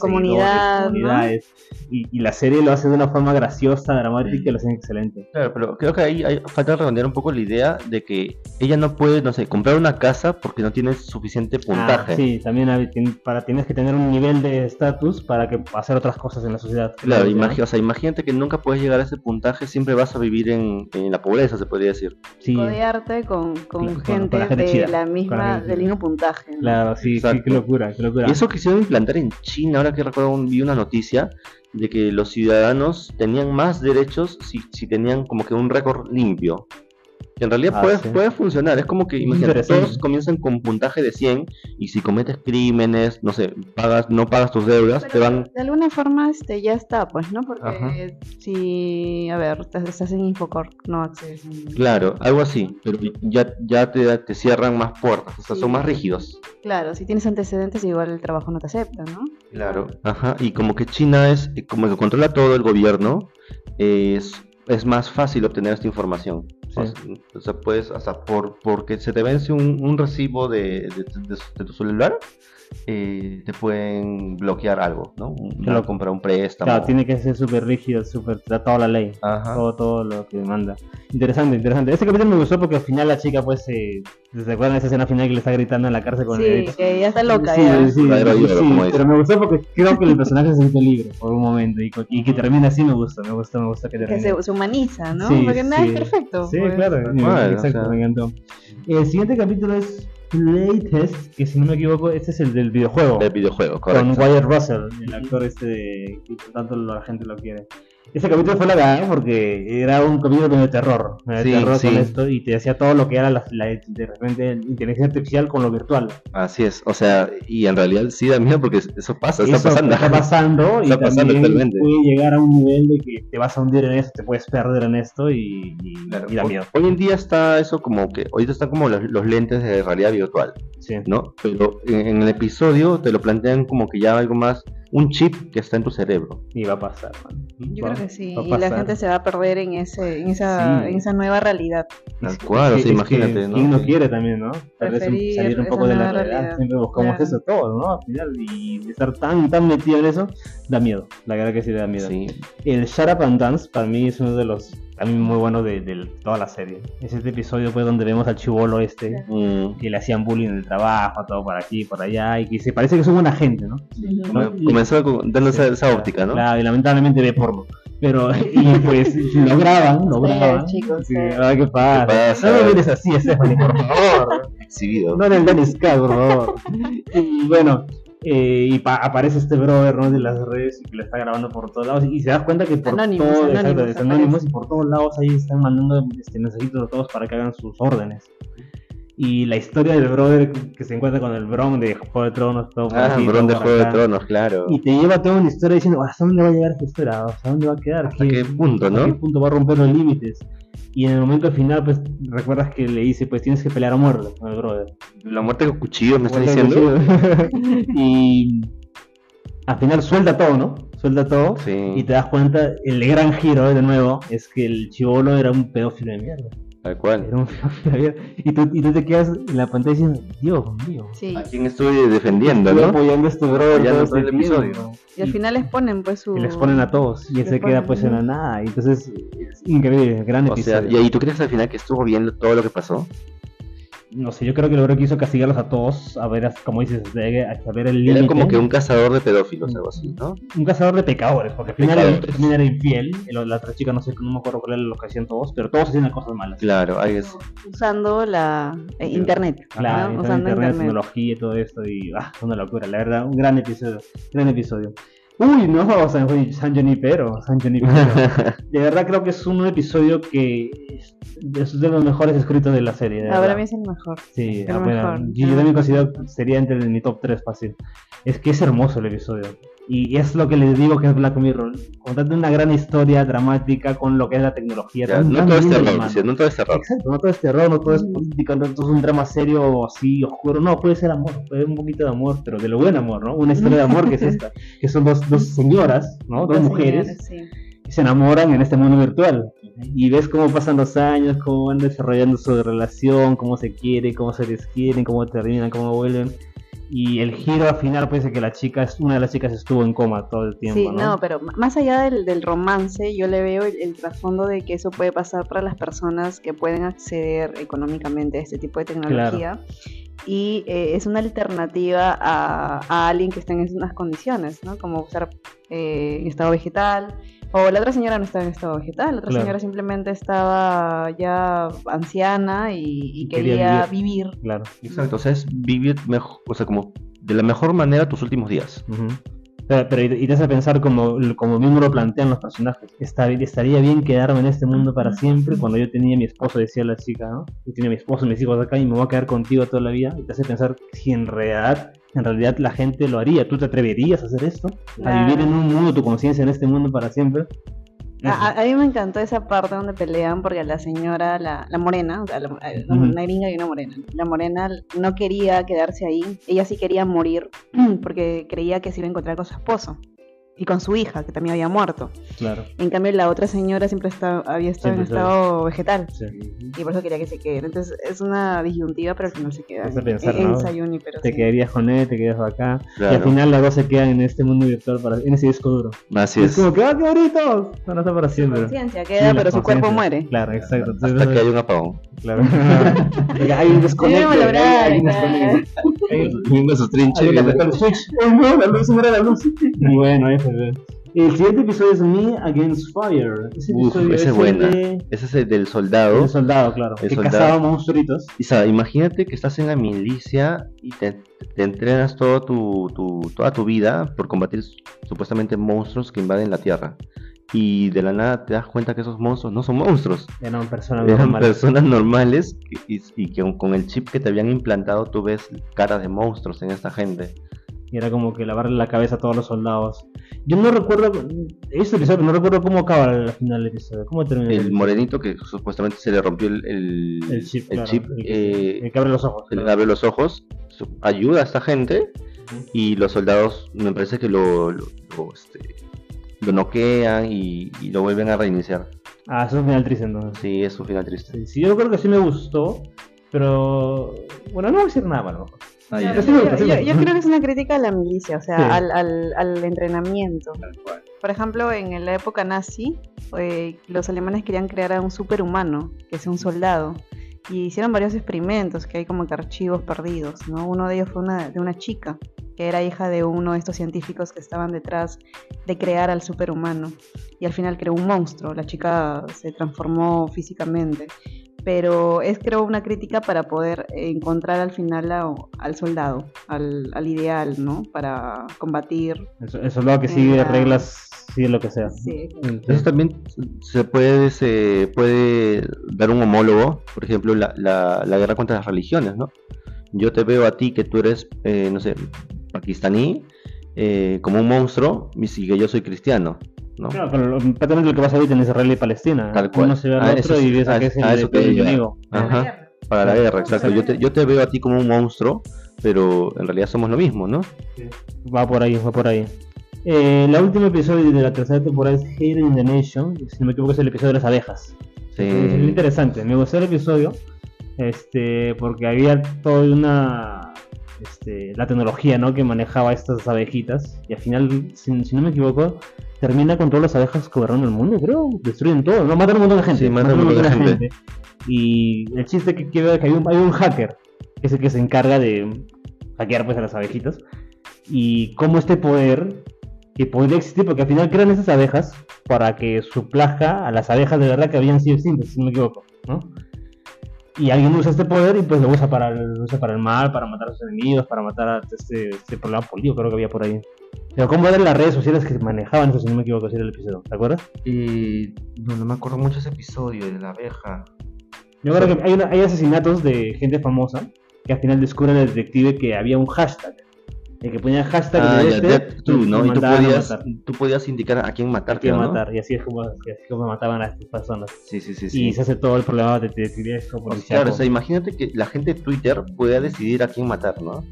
S4: seguidores,
S3: comunidad,
S4: comunidades. Y, y la serie lo hace de una forma graciosa, dramática y
S3: Mm.
S4: lo hacen excelente.
S2: Claro, pero creo que ahí hay, falta redondear un poco la idea de que ella no puede, no sé, comprar una casa porque no tiene suficiente puntaje.
S4: Ah, sí, también hay- tien- para, tienes que tener un nivel de estatus para que hacer otras cosas en la sociedad.
S2: Claro,
S4: ¿no?
S2: imagi- o sea, imagínate que nunca puedes llegar a ese puntaje, siempre vas a vivir en, en la pobreza, se podría decir.
S4: Sí,
S3: Codearte con, con
S4: Claro, con-
S3: gente,
S4: con la gente
S3: de
S4: chida,
S3: la
S4: con la
S3: misma,
S4: gente
S3: del
S4: chida.
S3: mismo puntaje. ¿no?
S4: claro, sí, sí,
S2: Exacto.
S4: qué locura, qué locura.
S2: Y eso quisieron implantar en China, ahora que recuerdo, un- vi una noticia de que los ciudadanos tenían más derechos si, si tenían como que un récord limpio. Que en realidad
S4: Ah,
S2: puede,
S4: sí.
S2: puede funcionar, es como que imagínate,
S4: Interesante.
S2: todos comienzan con puntaje de 100 y si cometes crímenes, no sé, pagas, no pagas tus deudas,
S3: Pero
S2: te van...
S3: De alguna forma este ya está, pues, ¿no? Porque
S2: Ajá.
S3: si, a ver, te- estás en Infocorp, no accedes. a ningún-
S2: Claro, algo así, pero ya, ya te, te cierran más puertas, o sea, son
S3: Sí.
S2: más rígidos.
S3: Claro, si tienes antecedentes, igual el trabajo no te acepta, ¿no?
S2: Claro. Ajá, y como que China es, eh, como que controla todo el gobierno, es, es más fácil obtener esta información. O
S4: Sí.
S2: sea, o sea, puedes, hasta por, porque se te vence un, un recibo de, de- de- de tu celular, eh, te pueden bloquear algo, ¿no? Una
S4: Claro.
S2: compra, un préstamo.
S4: Claro, tiene que ser súper rígido, súper tratado a la ley.
S2: Ajá.
S4: Todo, todo lo que manda. Interesante, interesante. Este capítulo me gustó porque al final la chica, pues, eh, ¿se acuerdan de esa escena final que le está gritando en la cárcel con el
S3: Sí,
S4: dedito?
S3: que ya está loca.
S4: Sí,
S3: ya.
S4: sí,
S2: Claro,
S4: sí,
S2: claro,
S4: sí,
S2: como dice.
S4: pero me gustó porque creo que el personaje se siente libre por un momento y, co- y que termina así me gusta, me gusta, me gusta que
S3: que
S4: termine.
S3: se, se humaniza, ¿no?
S4: Sí,
S3: Porque nada
S4: sí.
S3: es perfecto.
S4: Sí,
S3: pues.
S4: claro,
S2: Tal
S4: me-
S2: cual,
S4: exacto,
S2: o sea.
S4: me encantó. El siguiente capítulo es Playtest, que si no me equivoco, este es el del videojuego.
S2: Del videojuego,
S4: con
S2: correcto.
S4: Wyatt Russell, el actor este de- que tanto la gente lo quiere. Ese capítulo fue la cagada porque era un capítulo medio de terror, medio de
S2: Sí,
S4: terror
S2: sí.
S4: con esto y te hacía todo lo que era la, la- de repente inteligencia artificial con lo virtual.
S2: Así es, o sea, y en realidad sí da miedo porque eso pasa, está
S4: Eso
S2: pasando.
S4: Está pasando y
S2: Está pasando
S4: también
S2: actualmente.
S4: puede llegar a un nivel de que te vas a hundir en esto, te puedes perder en esto y, y,
S2: Claro,
S4: y da
S2: ho-
S4: miedo.
S2: Hoy en día está eso como que, ahorita están como los- los lentes de realidad virtual.
S4: Sí.
S2: ¿no? Pero en en el episodio te lo plantean como que ya algo más, un chip que está en tu cerebro.
S4: Y va a pasar. man.
S3: Yo
S4: Va-
S3: creo que sí.
S4: va a
S3: Y la
S4: pasar.
S3: gente se va a perder en, ese, en, esa,
S4: Sí.
S3: en esa nueva realidad.
S2: Tal cual, o
S4: Es
S2: sea,
S4: que- es que
S2: imagínate, ¿no?
S4: ¿Quién no quiere también, no? Tal vez
S3: Preferir
S4: salir un
S3: esa
S4: poco de la
S3: nueva
S4: realidad.
S3: realidad.
S4: Siempre buscamos
S3: Claro.
S4: eso todo, ¿no? Al final, y estar tan, tan metido en eso, da miedo. La verdad que sí da miedo.
S2: Sí.
S4: El Shut Up and Dance para mí es uno de los también muy buenos de, de toda la serie. Es este episodio pues donde vemos al chivolo este
S3: Claro.
S2: Mm.
S4: que le hacían bullying en el trabajo, todo por aquí, por allá, y que se parece que es un buen agente, ¿no?
S3: Ujú.
S4: No, y-
S2: Mm. Comenzó con- dando esa, esa óptica, ¿no?
S4: Claro, y lamentablemente ve porno. Pero, y pues, lo graban, lo
S3: Sí,
S4: graban.
S3: chicos, eh,
S4: Sí,
S3: sí.
S4: ay, qué pasa.
S2: pasa?
S4: No me mires así, Stephanie, por favor.
S2: Exhibido.
S4: No en el Dennis K, por favor. Y bueno, eh, y pa- aparece este brother, ¿no? De las redes y que lo está grabando por todos lados. Y se das cuenta que por
S3: Anónimos,
S4: todo,
S3: anónimos,
S4: exacto, es
S3: aparece.
S4: anónimos, y por todos lados ahí están mandando este, mensajitos a todos para que hagan sus órdenes. Y la historia del brother que se encuentra con el Bron de Juego de Tronos, todo
S2: Ah,
S4: bonito,
S2: Bron de Juego de
S4: bacán.
S2: Tronos, claro.
S4: Y te lleva toda una historia diciendo, "Ah, ¿hasta dónde va a llegar esta historia? ¿Hasta dónde va a quedar?
S2: ¿Hasta qué punto,
S4: ¿Hasta
S2: no?
S4: qué punto va a romper los límites? Y en el momento final, pues, recuerdas que le dice, pues tienes que pelear a muerte con el brother.
S2: La muerte con cuchillos, me estás
S4: Vuelve
S2: diciendo.
S4: al cuchillo. y al final suelta todo, ¿no? Suelta todo.
S2: Sí,
S4: Y te das cuenta, el gran giro eh, de nuevo es que el chivolo era un pedófilo de mierda.
S2: tal cual.
S4: Era un pedófilo de mierda. Y tú, y tú te quedas en la pantalla diciendo, Dios mío.
S3: Sí.
S2: ¿A quién estoy defendiendo,
S4: Estoy
S2: no?
S4: apoyando a este brother
S2: Apoyando
S4: todo este
S2: todo el
S4: tiempo.
S2: episodio.
S3: Y al final les ponen pues su...
S4: Y les ponen a todos. Y él
S3: Les
S4: se queda
S3: ponen,
S4: pues en la
S3: ¿no?
S4: nada. Y entonces es increíble, gran
S2: O sea,
S4: episodio.
S2: ¿y ahí tú crees al final que estuvo bien todo lo que pasó?
S4: No sé, yo creo que el brother quiso castigarlos a todos, a ver, como dices, de- a saber el límite.
S2: Era como que un cazador de pedófilos, algo así, ¿no?
S4: un cazador de pecadores, porque al final
S2: Pecadores.
S4: el también era infiel, el- la otra chica no sé, no me acuerdo cuál era lo que hacían todos, pero todos hacían cosas malas.
S2: Claro, ahí es.
S3: Usando la... eh,
S4: Sí.
S3: internet.
S4: Claro,
S3: ¿no?
S4: entonces
S3: Usando
S4: internet,
S3: internet.
S4: tecnología y todo esto, y ah, una locura, la verdad, un gran episodio, gran episodio. Uy, no vamos a uy, San Junipero, San Junipero. de verdad creo que es un episodio que es, es de los mejores escritos de la serie. de
S3: Ahora
S4: verdad.
S3: mí es el mejor.
S4: Sí,
S3: El
S4: ah, bueno,
S3: mejor.
S4: yo, yo también
S3: El mejor.
S4: considero que sería entre mi top 3 fácil. Es que es hermoso el episodio. Y es lo que les digo que es Black Mirror. Contando una gran historia dramática con lo que es la tecnología.
S2: Ya,
S4: tan-
S2: no
S4: tan
S2: todo es
S4: linda,
S2: terror,
S4: hermano.
S2: dice, no todo es terror.
S4: Exacto, no todo es terror, no todo es
S3: Mm.
S4: política, no todo es un drama serio así oscuro. No, puede ser amor, puede ser un poquito de amor, pero de lo buen amor, ¿no? Una historia de amor que es esta. Que son dos, dos señoras, ¿no? Dos
S3: Las
S4: mujeres
S3: señoras, Pues sí.
S4: que se enamoran en este mundo virtual. Y ves cómo pasan los años, cómo van desarrollando su relación, cómo se quiere, cómo se desquieren, cómo terminan, cómo vuelven. Y el giro al final parece que la chica, una de las chicas estuvo en coma todo el tiempo.
S3: Sí,
S4: ¿no?
S3: no, pero m- más allá del, del romance, yo le veo el, el trasfondo de que eso puede pasar para las personas que pueden acceder económicamente a este tipo de tecnología. Y eh, es una alternativa a, a alguien que está en unas condiciones, ¿no? Como usar eh, en estado vegetal. O la otra señora no estaba en estado vegetal, la otra
S4: Claro.
S3: señora simplemente estaba ya anciana y, y
S4: Y quería
S3: quería vivir.
S4: Claro.
S2: Exacto, o sea, es vivir mejor, o sea, como de la mejor manera tus últimos días.
S4: Ujú. Pero, pero y y te hace pensar como, como mismo lo plantean los personajes. Está- estaría bien quedarme en este mundo para siempre. Cuando yo tenía a mi esposo, decía la chica, ¿no? Yo tenía a mi esposo, mis hijos acá y me voy a quedar contigo toda la vida. Y te hace pensar si en realidad, en realidad la gente lo haría. ¿Tú te atreverías a hacer esto? A
S3: Claro. Ah,
S4: vivir en un mundo, tu conciencia en este mundo para siempre.
S3: A, a- a mí me encantó esa parte donde pelean porque la señora, la, la morena, o sea, la- eh, la-
S4: Ujú.
S3: una gringa y una morena, la morena no quería quedarse ahí, ella sí quería morir porque creía que se iba a encontrar con su esposo y con su hija, que también había muerto.
S4: Claro.
S3: En cambio, la otra señora siempre está, había estado
S4: Siempre
S3: en estado vegetal
S4: sí.
S3: y por eso quería que se quede. Entonces, es una disyuntiva, pero al final se queda
S4: Vas a
S3: en-
S4: pensar,
S3: en
S4: ¿no?
S3: Sayuni, pero
S4: Te
S3: sí.
S4: quedarías con él, te quedas acá. Y al
S2: Claro,
S4: final las dos se quedan en este mundo virtual, para, en ese disco duro.
S2: así
S4: es
S2: es.
S4: como que, ¡ah, qué bonito! Van a estar para siempre.
S3: Conciencia
S4: Sí,
S3: queda,
S4: la
S3: pero su cuerpo
S4: conciencia.
S3: muere.
S4: Claro, exacto.
S2: Hasta que hay un apagón.
S4: Claro. hay un desconecto.
S3: Debemos lograr,
S4: hay un
S3: claro.
S4: desconecto. Hay un-
S2: Viendo sus
S4: hay
S2: trinches.
S4: un apretón de switch. Oh, no, la luz, mira la luz. Y bueno, eso es. El siguiente episodio es Me Against Fire. Ese
S2: Uf,
S4: episodio
S2: ese
S4: es el
S2: buena.
S4: de-
S2: Ese es el del soldado.
S4: El soldado, claro.
S2: El
S4: que
S2: soldado.
S4: cazaba monstruitos.
S2: Y sabe, imagínate que estás en la milicia y te, te entrenas todo tu, tu- toda tu vida por combatir s- supuestamente monstruos que invaden la Tierra. Y de la nada te das cuenta que esos monstruos no son monstruos,
S4: Eran personas
S2: eran
S4: normales.
S2: personas normales que- y, y que con- con el chip que te habían implantado tú ves caras de monstruos en esta gente.
S4: Y era como que lavarle la cabeza a todos los soldados. Yo no recuerdo. Este episodio, no recuerdo cómo acaba al final del episodio. ¿Cómo termina?
S2: El morenito que supuestamente se le rompió el, el-
S4: El chip. claro, el,
S2: eh,
S4: el que abre los ojos.
S2: se le
S4: claro.
S2: abre los ojos, su- ayuda a esta gente
S4: Ujú.
S2: y los soldados me parece que lo, lo, lo, este, lo noquean y, y lo vuelven a reiniciar.
S4: Ah, eso es un final triste entonces.
S2: Sí, es un final triste.
S4: Sí, sí, yo creo que sí me gustó, pero bueno, no voy a decir nada malo.
S2: Ah,
S4: ya.
S3: Yo,
S4: Pero sí me gusta, sí me
S3: yo- yo
S4: gusta.
S3: creo que es una crítica a la milicia, o sea,
S4: Sí.
S3: al, al- al entrenamiento. Por ejemplo, en la época nazi, eh, los alemanes querían crear a un superhumano, que sea un soldado. Y hicieron varios experimentos, que hay como que archivos perdidos, ¿no? Uno de ellos fue una, de una chica, que era hija de uno de estos científicos que estaban detrás de crear al superhumano. Y al final creó un monstruo, la chica se transformó físicamente. pero es creo una crítica para poder encontrar al final a- al soldado, al, al ideal, ¿no? Para combatir.
S4: Eso, eso es lo que sigue
S3: Ya.
S4: reglas, sigue lo que sea.
S3: Sí.
S2: Eso también se puede, se puede dar un homólogo, por ejemplo, la, la- la guerra contra las religiones, ¿no? Yo te veo a ti que tú eres, eh, no sé, pakistaní, eh, como un monstruo, y sí que yo soy cristiano, ¿no?
S4: Claro, pero lo- prácticamente lo que pasa ahorita en Israel y Palestina.
S2: Tal cual.
S4: Uno se ve al
S2: Ah,
S4: otro
S2: eso sí.
S4: y ves a
S2: Ah,
S4: que es el
S2: ah, eso
S4: peor
S2: quería llegar.
S4: enemigo.
S2: Ajá. Para la guerra, exacto. Yo te, yo te veo a ti como un monstruo, pero en realidad somos lo mismo, ¿no?
S4: Va por ahí, va por ahí. Eh, la última episodio de la tercera temporada es Hidden in the Nation. Si no me equivoco, es el episodio de las abejas. Es
S2: Sí.
S4: interesante. Me gustó el episodio este, porque había toda una. Este, la tecnología ¿no? que manejaba estas abejitas. Y al final, si, si no me equivoco, termina con todas las abejas cobrando el mundo, creo. Destruyen todo. No, matan a un montón de gente.
S2: Sí, matan a un montón de gente.
S4: Y el chiste que quiero es que hay un, hay un hacker, que es el que se encarga de hackear pues, a las abejitas. Y cómo este poder, que podría existir, porque al final crean esas abejas para que suplaja a las abejas de verdad que habían sido extintas, si no me equivoco, ¿no? Y alguien usa este poder y pues lo usa para el, lo usa para el mal, para matar a sus enemigos, para matar a este, este problema político, creo que había por ahí. Pero cómo eran las redes sociales que manejaban eso, si no me equivoco, si era el episodio, ¿te acuerdas?
S2: Y no, no me acuerdo mucho ese episodio de la abeja.
S4: Yo creo que hay, una- hay asesinatos de gente famosa que al final descubren el detective que había un hashtag. El que ponía hashtag
S2: Ah,
S4: de
S2: ya,
S4: este,
S2: ya, tú,
S4: y
S2: ¿no? Y tú
S4: mandaban a
S2: podías,
S4: matar.
S2: tú podías indicar a quién matarte,
S4: Querían
S2: ¿no?
S4: matar, y así es como, y así es como mataban a estas personas.
S2: Sí, sí, sí.
S4: Y
S2: sí.
S4: se hace todo el problema de detectivesco,
S2: O sea,
S4: policiaco.
S2: claro, o sea, imagínate que la gente de Twitter pueda decidir a quién matar, ¿no?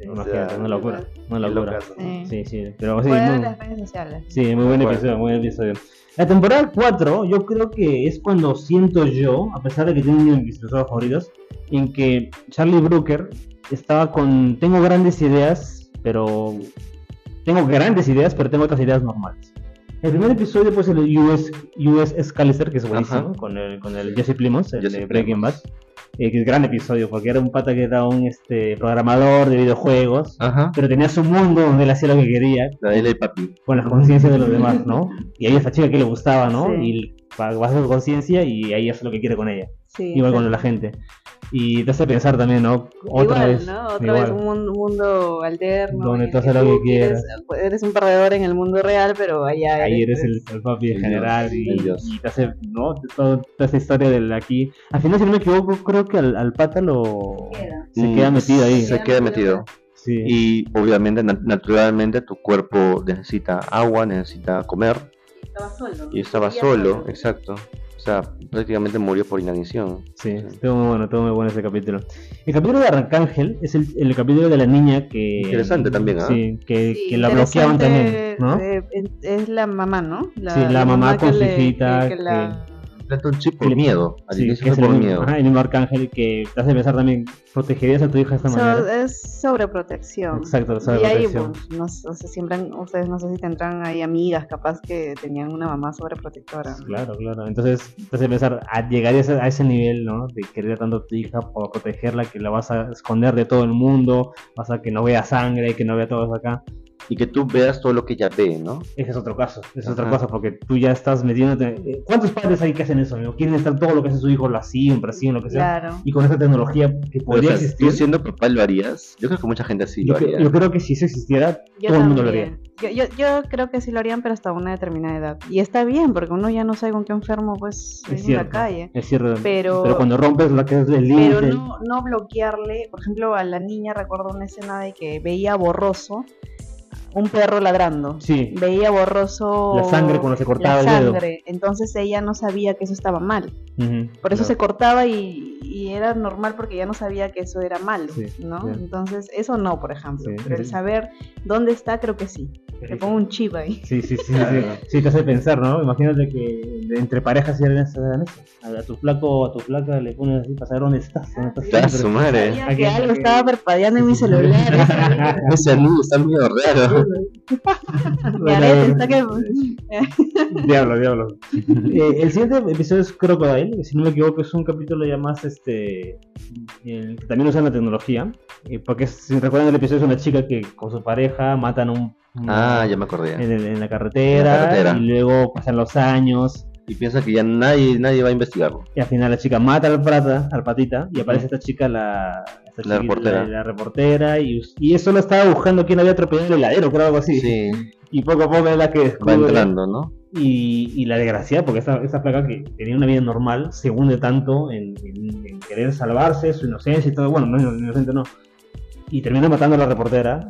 S4: Imagínate, una locura, una
S2: Qué
S4: locura.
S2: locazo.
S3: Sí.
S4: Sí, sí, pero sí,
S3: Fuera de
S4: muy-
S3: las redes sociales.
S4: sí, muy buen
S2: Bueno.
S4: episodio, muy buen episodio. La temporada 4 yo creo que es cuando siento yo, a pesar de que tiene uno de mis episodios favoritos, en que Charlie Brooker estaba con, tengo grandes ideas, pero tengo grandes ideas, pero tengo otras ideas normales. El primer episodio pues el US, US Scalister, que es buenísimo,
S2: Ajá.
S4: con el, con el Jesse Plimos, el
S2: Jesse
S4: de Breaking Bad.
S2: Plemons.
S4: Eh, que es gran episodio, porque era un pata que era un este, programador de videojuegos,
S2: Ajá.
S4: pero tenía su mundo donde él hacía lo que quería,
S2: La de la papi.
S4: con las conciencias de los demás, ¿no? Y ahí esa chica que le gustaba, ¿no?
S3: Sí.
S4: Y va va a su conciencia y ahí hace lo que quiere con ella,
S3: Sí,
S4: igual con
S3: exacto.
S4: la gente. Y te hace pensar también, ¿no? Otra
S3: igual,
S4: vez.
S3: ¿no? Otra
S4: igual.
S3: vez un mun- mundo alterno.
S4: Donde
S3: en el
S4: tú haces lo que quieras.
S3: Eres, pues, eres un perdedor en el mundo real, pero allá
S4: Ahí eres el, el papi en
S2: El
S4: general
S2: dios,
S4: y,
S2: el dios.
S4: y te hace, ¿no? Toda, toda esta historia del aquí. Al final, si no me equivoco, creo que al, al pata lo...
S3: Queda.
S4: Se queda metido ahí.
S2: Se queda metido.
S4: Sí.
S2: Mm, Y obviamente, na- naturalmente, tu cuerpo necesita agua, necesita comer.
S3: Estaba solo.
S2: Y estaba solo, exacto. O sea, prácticamente murió por inanición.
S4: Sí, estuvo muy bueno, estuvo muy bueno ese capítulo. El capítulo de Arcángel es el, el capítulo de la niña que.
S2: Interesante también, ¿ah?
S4: Sí, que,
S3: Sí,
S4: que la bloqueaban también,
S3: interesante,
S4: ¿no?
S3: eh, es- es la mamá, ¿no?
S4: Sí, la mamá con su hijita,
S3: Que, la...
S2: Tanto un chip por miedo. Al
S4: Sí,
S2: inicio
S4: que es
S2: fue
S4: el
S2: por
S4: mismo,
S2: miedo.
S4: ajá, el mismo Arcángel que te hace pensar también, protegerías a tu hija de esta
S3: So-
S4: manera.
S3: es sobreprotección.
S4: Exacto, sobre
S3: Y ahí,
S4: protección.
S3: pues, no, sé, o sea, siempre, han- ustedes no sé si tendrán ahí amigas capaz que tenían una mamá sobreprotectora. ¿no?
S4: Claro, claro. Entonces, te hace pensar, a llegar a ese, a ese nivel, ¿no? De querer tanto a tu hija por protegerla, que la vas a esconder de todo el mundo, vas a que no vea sangre, que no vea todo eso acá.
S2: Y que tú veas todo lo que ya ve, ¿no?
S4: Ese es otro caso, ese es otra
S2: Ajá.
S4: cosa, porque tú ya estás metiéndote. eh, ¿Cuántos padres hay que hacen eso, amigo? Quieren estar todo lo que hace su hijo, lo hacían, lo hacían, lo que sea.
S3: Claro.
S4: Y con esa tecnología que
S2: O
S4: podría
S2: sea, tú
S4: existir.
S2: siendo papá lo harías. Yo creo que mucha gente así
S4: yo,
S2: lo
S4: cre-
S2: haría.
S4: yo creo que si eso existiera,
S3: Yo
S4: Todo el mundo lo
S3: también. Yo, yo, yo creo que sí lo harían, pero hasta una determinada edad. Y está bien, porque uno ya no sabe con qué enfermo pues
S4: Es
S3: es en
S4: cierto.
S3: la calle.
S4: es cierto.
S3: Pero-
S4: cuando rompes la que es el
S3: Pero
S4: límite.
S3: no, no bloquearle, por ejemplo, a la niña recuerdo una escena de que veía borroso un perro ladrando.
S4: Sí,
S3: Veía borroso
S4: la sangre cuando se cortaba
S3: la
S4: el dedo.
S3: sangre. Entonces ella no sabía que eso estaba mal.
S4: Ujú,
S3: Por eso se
S4: claro.
S3: cortaba y, y era normal porque ya no sabía que eso era malo,
S4: Sí,
S3: ¿no?
S4: claro.
S3: Entonces, eso no, por ejemplo.
S4: Sí,
S3: Pero el
S4: sí.
S3: saber dónde está, creo que sí. Le pongo un chip ahí.
S4: Sí, sí, sí, sí,
S2: Claro.
S4: sí. Sí, te hace pensar, ¿no? Imagínate que de entre parejas se hagan eso. A tu flaco o a tu flaca le pones así para saber dónde estás. dónde estás
S2: Está
S4: siempre.
S2: su madre.
S3: Sabía
S4: Aquí
S3: que
S4: está,
S3: algo
S4: aquí.
S3: estaba parpadeando en mi celular. ¿eh? esa-
S2: Ese anillo está medio raro.
S3: mi arete está que-
S4: Diablo, diablo. Eh, el siguiente episodio es Crocodile, si no me equivoco es un capítulo ya más este el que también usan la tecnología, eh, porque es- si recuerdan el episodio es una chica que con su pareja matan a un, un-
S2: Ah, ya me acordé.
S4: en, el- en la carretera,
S2: En la carretera.
S4: y luego pasan los años
S2: y piensa que ya nadie, nadie va a investigarlo.
S4: Y al final la chica mata al pata, al patita, y aparece esta chica, la, esta
S2: La reportera.
S4: la- la reportera, y, y eso lo estaba buscando quién había atropellado el heladero, creo algo así.
S2: Sí,
S4: Y poco a poco es la que
S2: va
S4: descubre.
S2: entrando, ¿no?
S4: Y, y la desgracia, porque esa, esa flaca que tenía una vida normal se hunde tanto en, en- en querer salvarse, su inocencia y todo. Bueno, no inocente, no. Y termina matando a la reportera,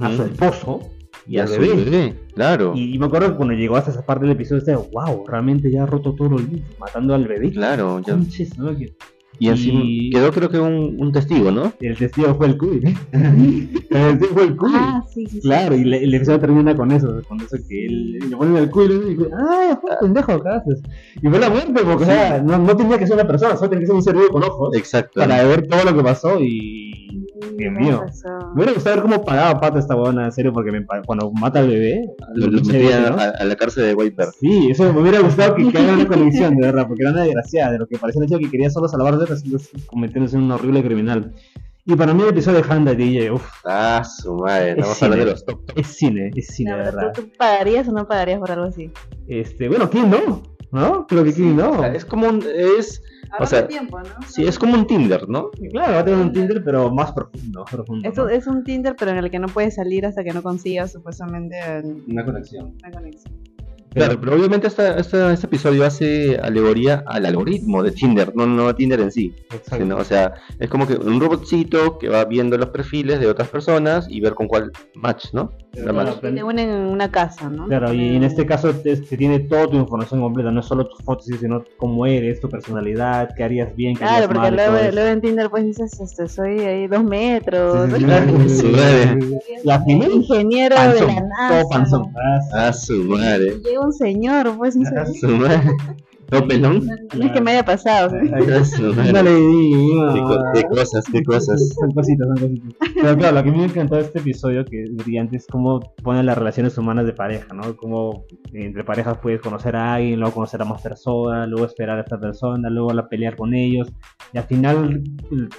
S4: a su esposo y,
S2: Y a
S4: al
S2: su
S4: bebé.
S2: bebé, claro.
S4: Y, y me acuerdo que cuando llegó hasta esa parte del episodio, este, wow, realmente ya ha roto todo el límite, matando al bebé.
S2: Claro, ya-
S4: Conches, ¿no? Que-
S2: y encima
S4: y-
S2: quedó creo que un, un testigo, ¿no?
S4: El testigo fue el cuy. el testigo fue el cuy.
S3: Ah, sí, sí. sí.
S4: Claro, y le- el episodio termina con eso, con eso que él le ponen al culo y dice, ah, fue un pendejo, ¿qué haces? Y fue la muerte, porque o sea, no, no tenía que ser una persona, solo tenía que ser un ser vivo con ojos
S2: Exacto.
S4: para ver todo lo que pasó y... Dios
S3: Tienes
S4: mío.
S3: razón.
S4: Me hubiera gustado ver cómo pagaba pata esta huevona, en serio, porque me pa- cuando mata al bebé...
S2: Lo, lo
S4: pinche
S2: metían
S4: bebé, ¿no?
S2: a, a la cárcel de Wiper.
S4: Sí, eso me hubiera gustado que, que hagan una conexión, de verdad, porque era una desgraciada, de lo que parecía una chica que quería solo salvarse, resultó cometiéndose un horrible criminal. Y para mí el episodio de Handa DJ, uff,
S2: Ah, su madre.
S4: Es
S2: No vamos a hablar de
S4: cine.
S2: los top.
S4: es cine, es cine,
S3: La
S4: de
S3: verdad,
S4: verdad.
S3: ¿tú, tú pagarías o no pagarías por algo así?
S4: Este, bueno, ¿quién no? ¿No? Creo que quién no.
S2: O sea, Es como un, es,
S3: Ahorra
S2: sea,
S3: tiempo, ¿no?
S2: sí, es como un Tinder, ¿no?
S4: Claro, va a tener un Tinder, pero más profundo. profundo
S3: Esto
S4: ¿no?
S3: es un Tinder, pero en el que no puedes salir hasta que no consigas supuestamente el-
S2: Una conexión.
S3: una conexión.
S2: Claro, pero obviamente esta, esta- este episodio hace alegoría al algoritmo de Tinder, no, no a Tinder en sí.
S4: Exacto.
S2: sino, o sea, es como que un robotcito que va viendo los perfiles de otras personas y ver con cuál match, ¿no?
S4: Pero
S2: La
S4: bueno,
S2: match.
S4: pero-
S3: Te unen en una casa, ¿no?
S4: Claro, y en este caso te, te tiene toda tu información completa, no solo tus fotos, sino cómo eres, tu personalidad, qué harías bien, qué
S3: Claro,
S4: harías
S3: porque
S4: mal.
S3: luego,
S4: todo eso.
S3: luego en Tinder pues dices, este, soy ahí dos
S4: Sí,
S3: metros, soy
S4: sí, sí, sí, sí, sí,
S2: Madre.
S4: sí. La primera
S3: ingeniero
S4: panzón,
S3: de la NASA.
S4: todo panzón.
S2: Ah, su
S3: Y
S2: madre.
S3: Llega un señor, pues, un
S4: Ah,
S3: señor.
S2: Su madre. ¿No, pelón?
S3: No es que me haya pasado, ¿sí?
S2: Ah, su madre.
S4: Dale,
S2: Qué, co-
S4: ah,
S2: qué cosas, qué cosas.
S4: Son cositas, son cositas. Pero claro, lo que a mí me encantó de este episodio, que es brillante, es cómo ponen las relaciones humanas de pareja, ¿no? Cómo eh, entre parejas puedes conocer a alguien, luego conocer a más personas, luego esperar a esta persona, luego la pelear con ellos. Y al final